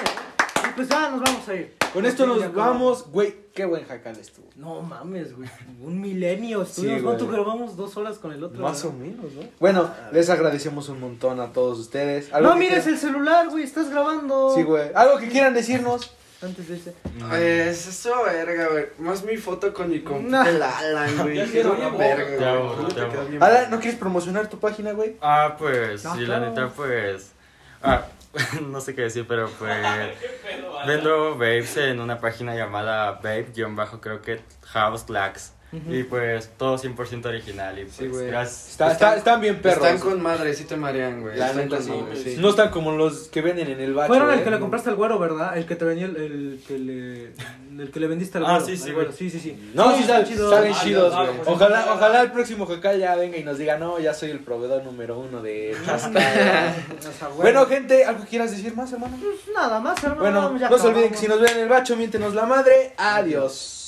Y pues ya nos vamos a ir.
Con esto
Sí, ya
nos
acabamos.
vamos, güey, qué buen jacal estuvo.
No mames, güey. Un milenio. Estuvimos,
Sí,
¿Cuánto
güey.
grabamos? Dos horas con el otro. ¿verdad?
menos, ¿no? Bueno, les agradecemos un montón a todos ustedes. ¿Algo
No
que
mires
quieran-
el celular, güey. Estás grabando.
Sí, güey. Algo que quieran decirnos.
Antes de irse.
Es Pues, eso, verga, güey. Más mi foto con mi
Nah.
compa. El Alan, güey.
Ya
Qué
quiero
una
mi
verga,
Ya,
güey.
bro,
Te
ya,
queda
bro.
bien
Ala, ¿no quieres promocionar tu página, güey?
Ah, pues,
No,
sí,
claro.
la neta, pues. Ah, no sé qué decir, pero pues. Vendo babes en una página llamada babe-bajo, creo que House Clacks. Y pues todo 100% original. Y pues,
Sí, güey.
gracias.
Está- está- están bien perros.
Están con madre, sí te marean, güey.
La
Están
neta,
con
sí.
madre, sí.
No están como los que venden en el bacho.
Fueron el
eh.
que le compraste al güero, ¿verdad? El que te vendió el, el que le el que le vendiste al
Ah,
güero.
sí, sí,
al güero.
güey.
sí, sí, sí.
No,
Sí,
sí,
están
sal-
chidos.
salen
Ah,
chidos,
ah,
güey.
pues,
Ojalá,
sí.
ojalá el próximo jacal ya venga y nos diga, no, ya soy el proveedor número uno de Chasca.
o sea, güey.
bueno, gente, ¿algo que quieras decir más, hermano?
nada más, hermano.
Bueno,
ya
no se olviden que
acabamos.
si nos ven en el bacho, miéntenos la madre. Adiós.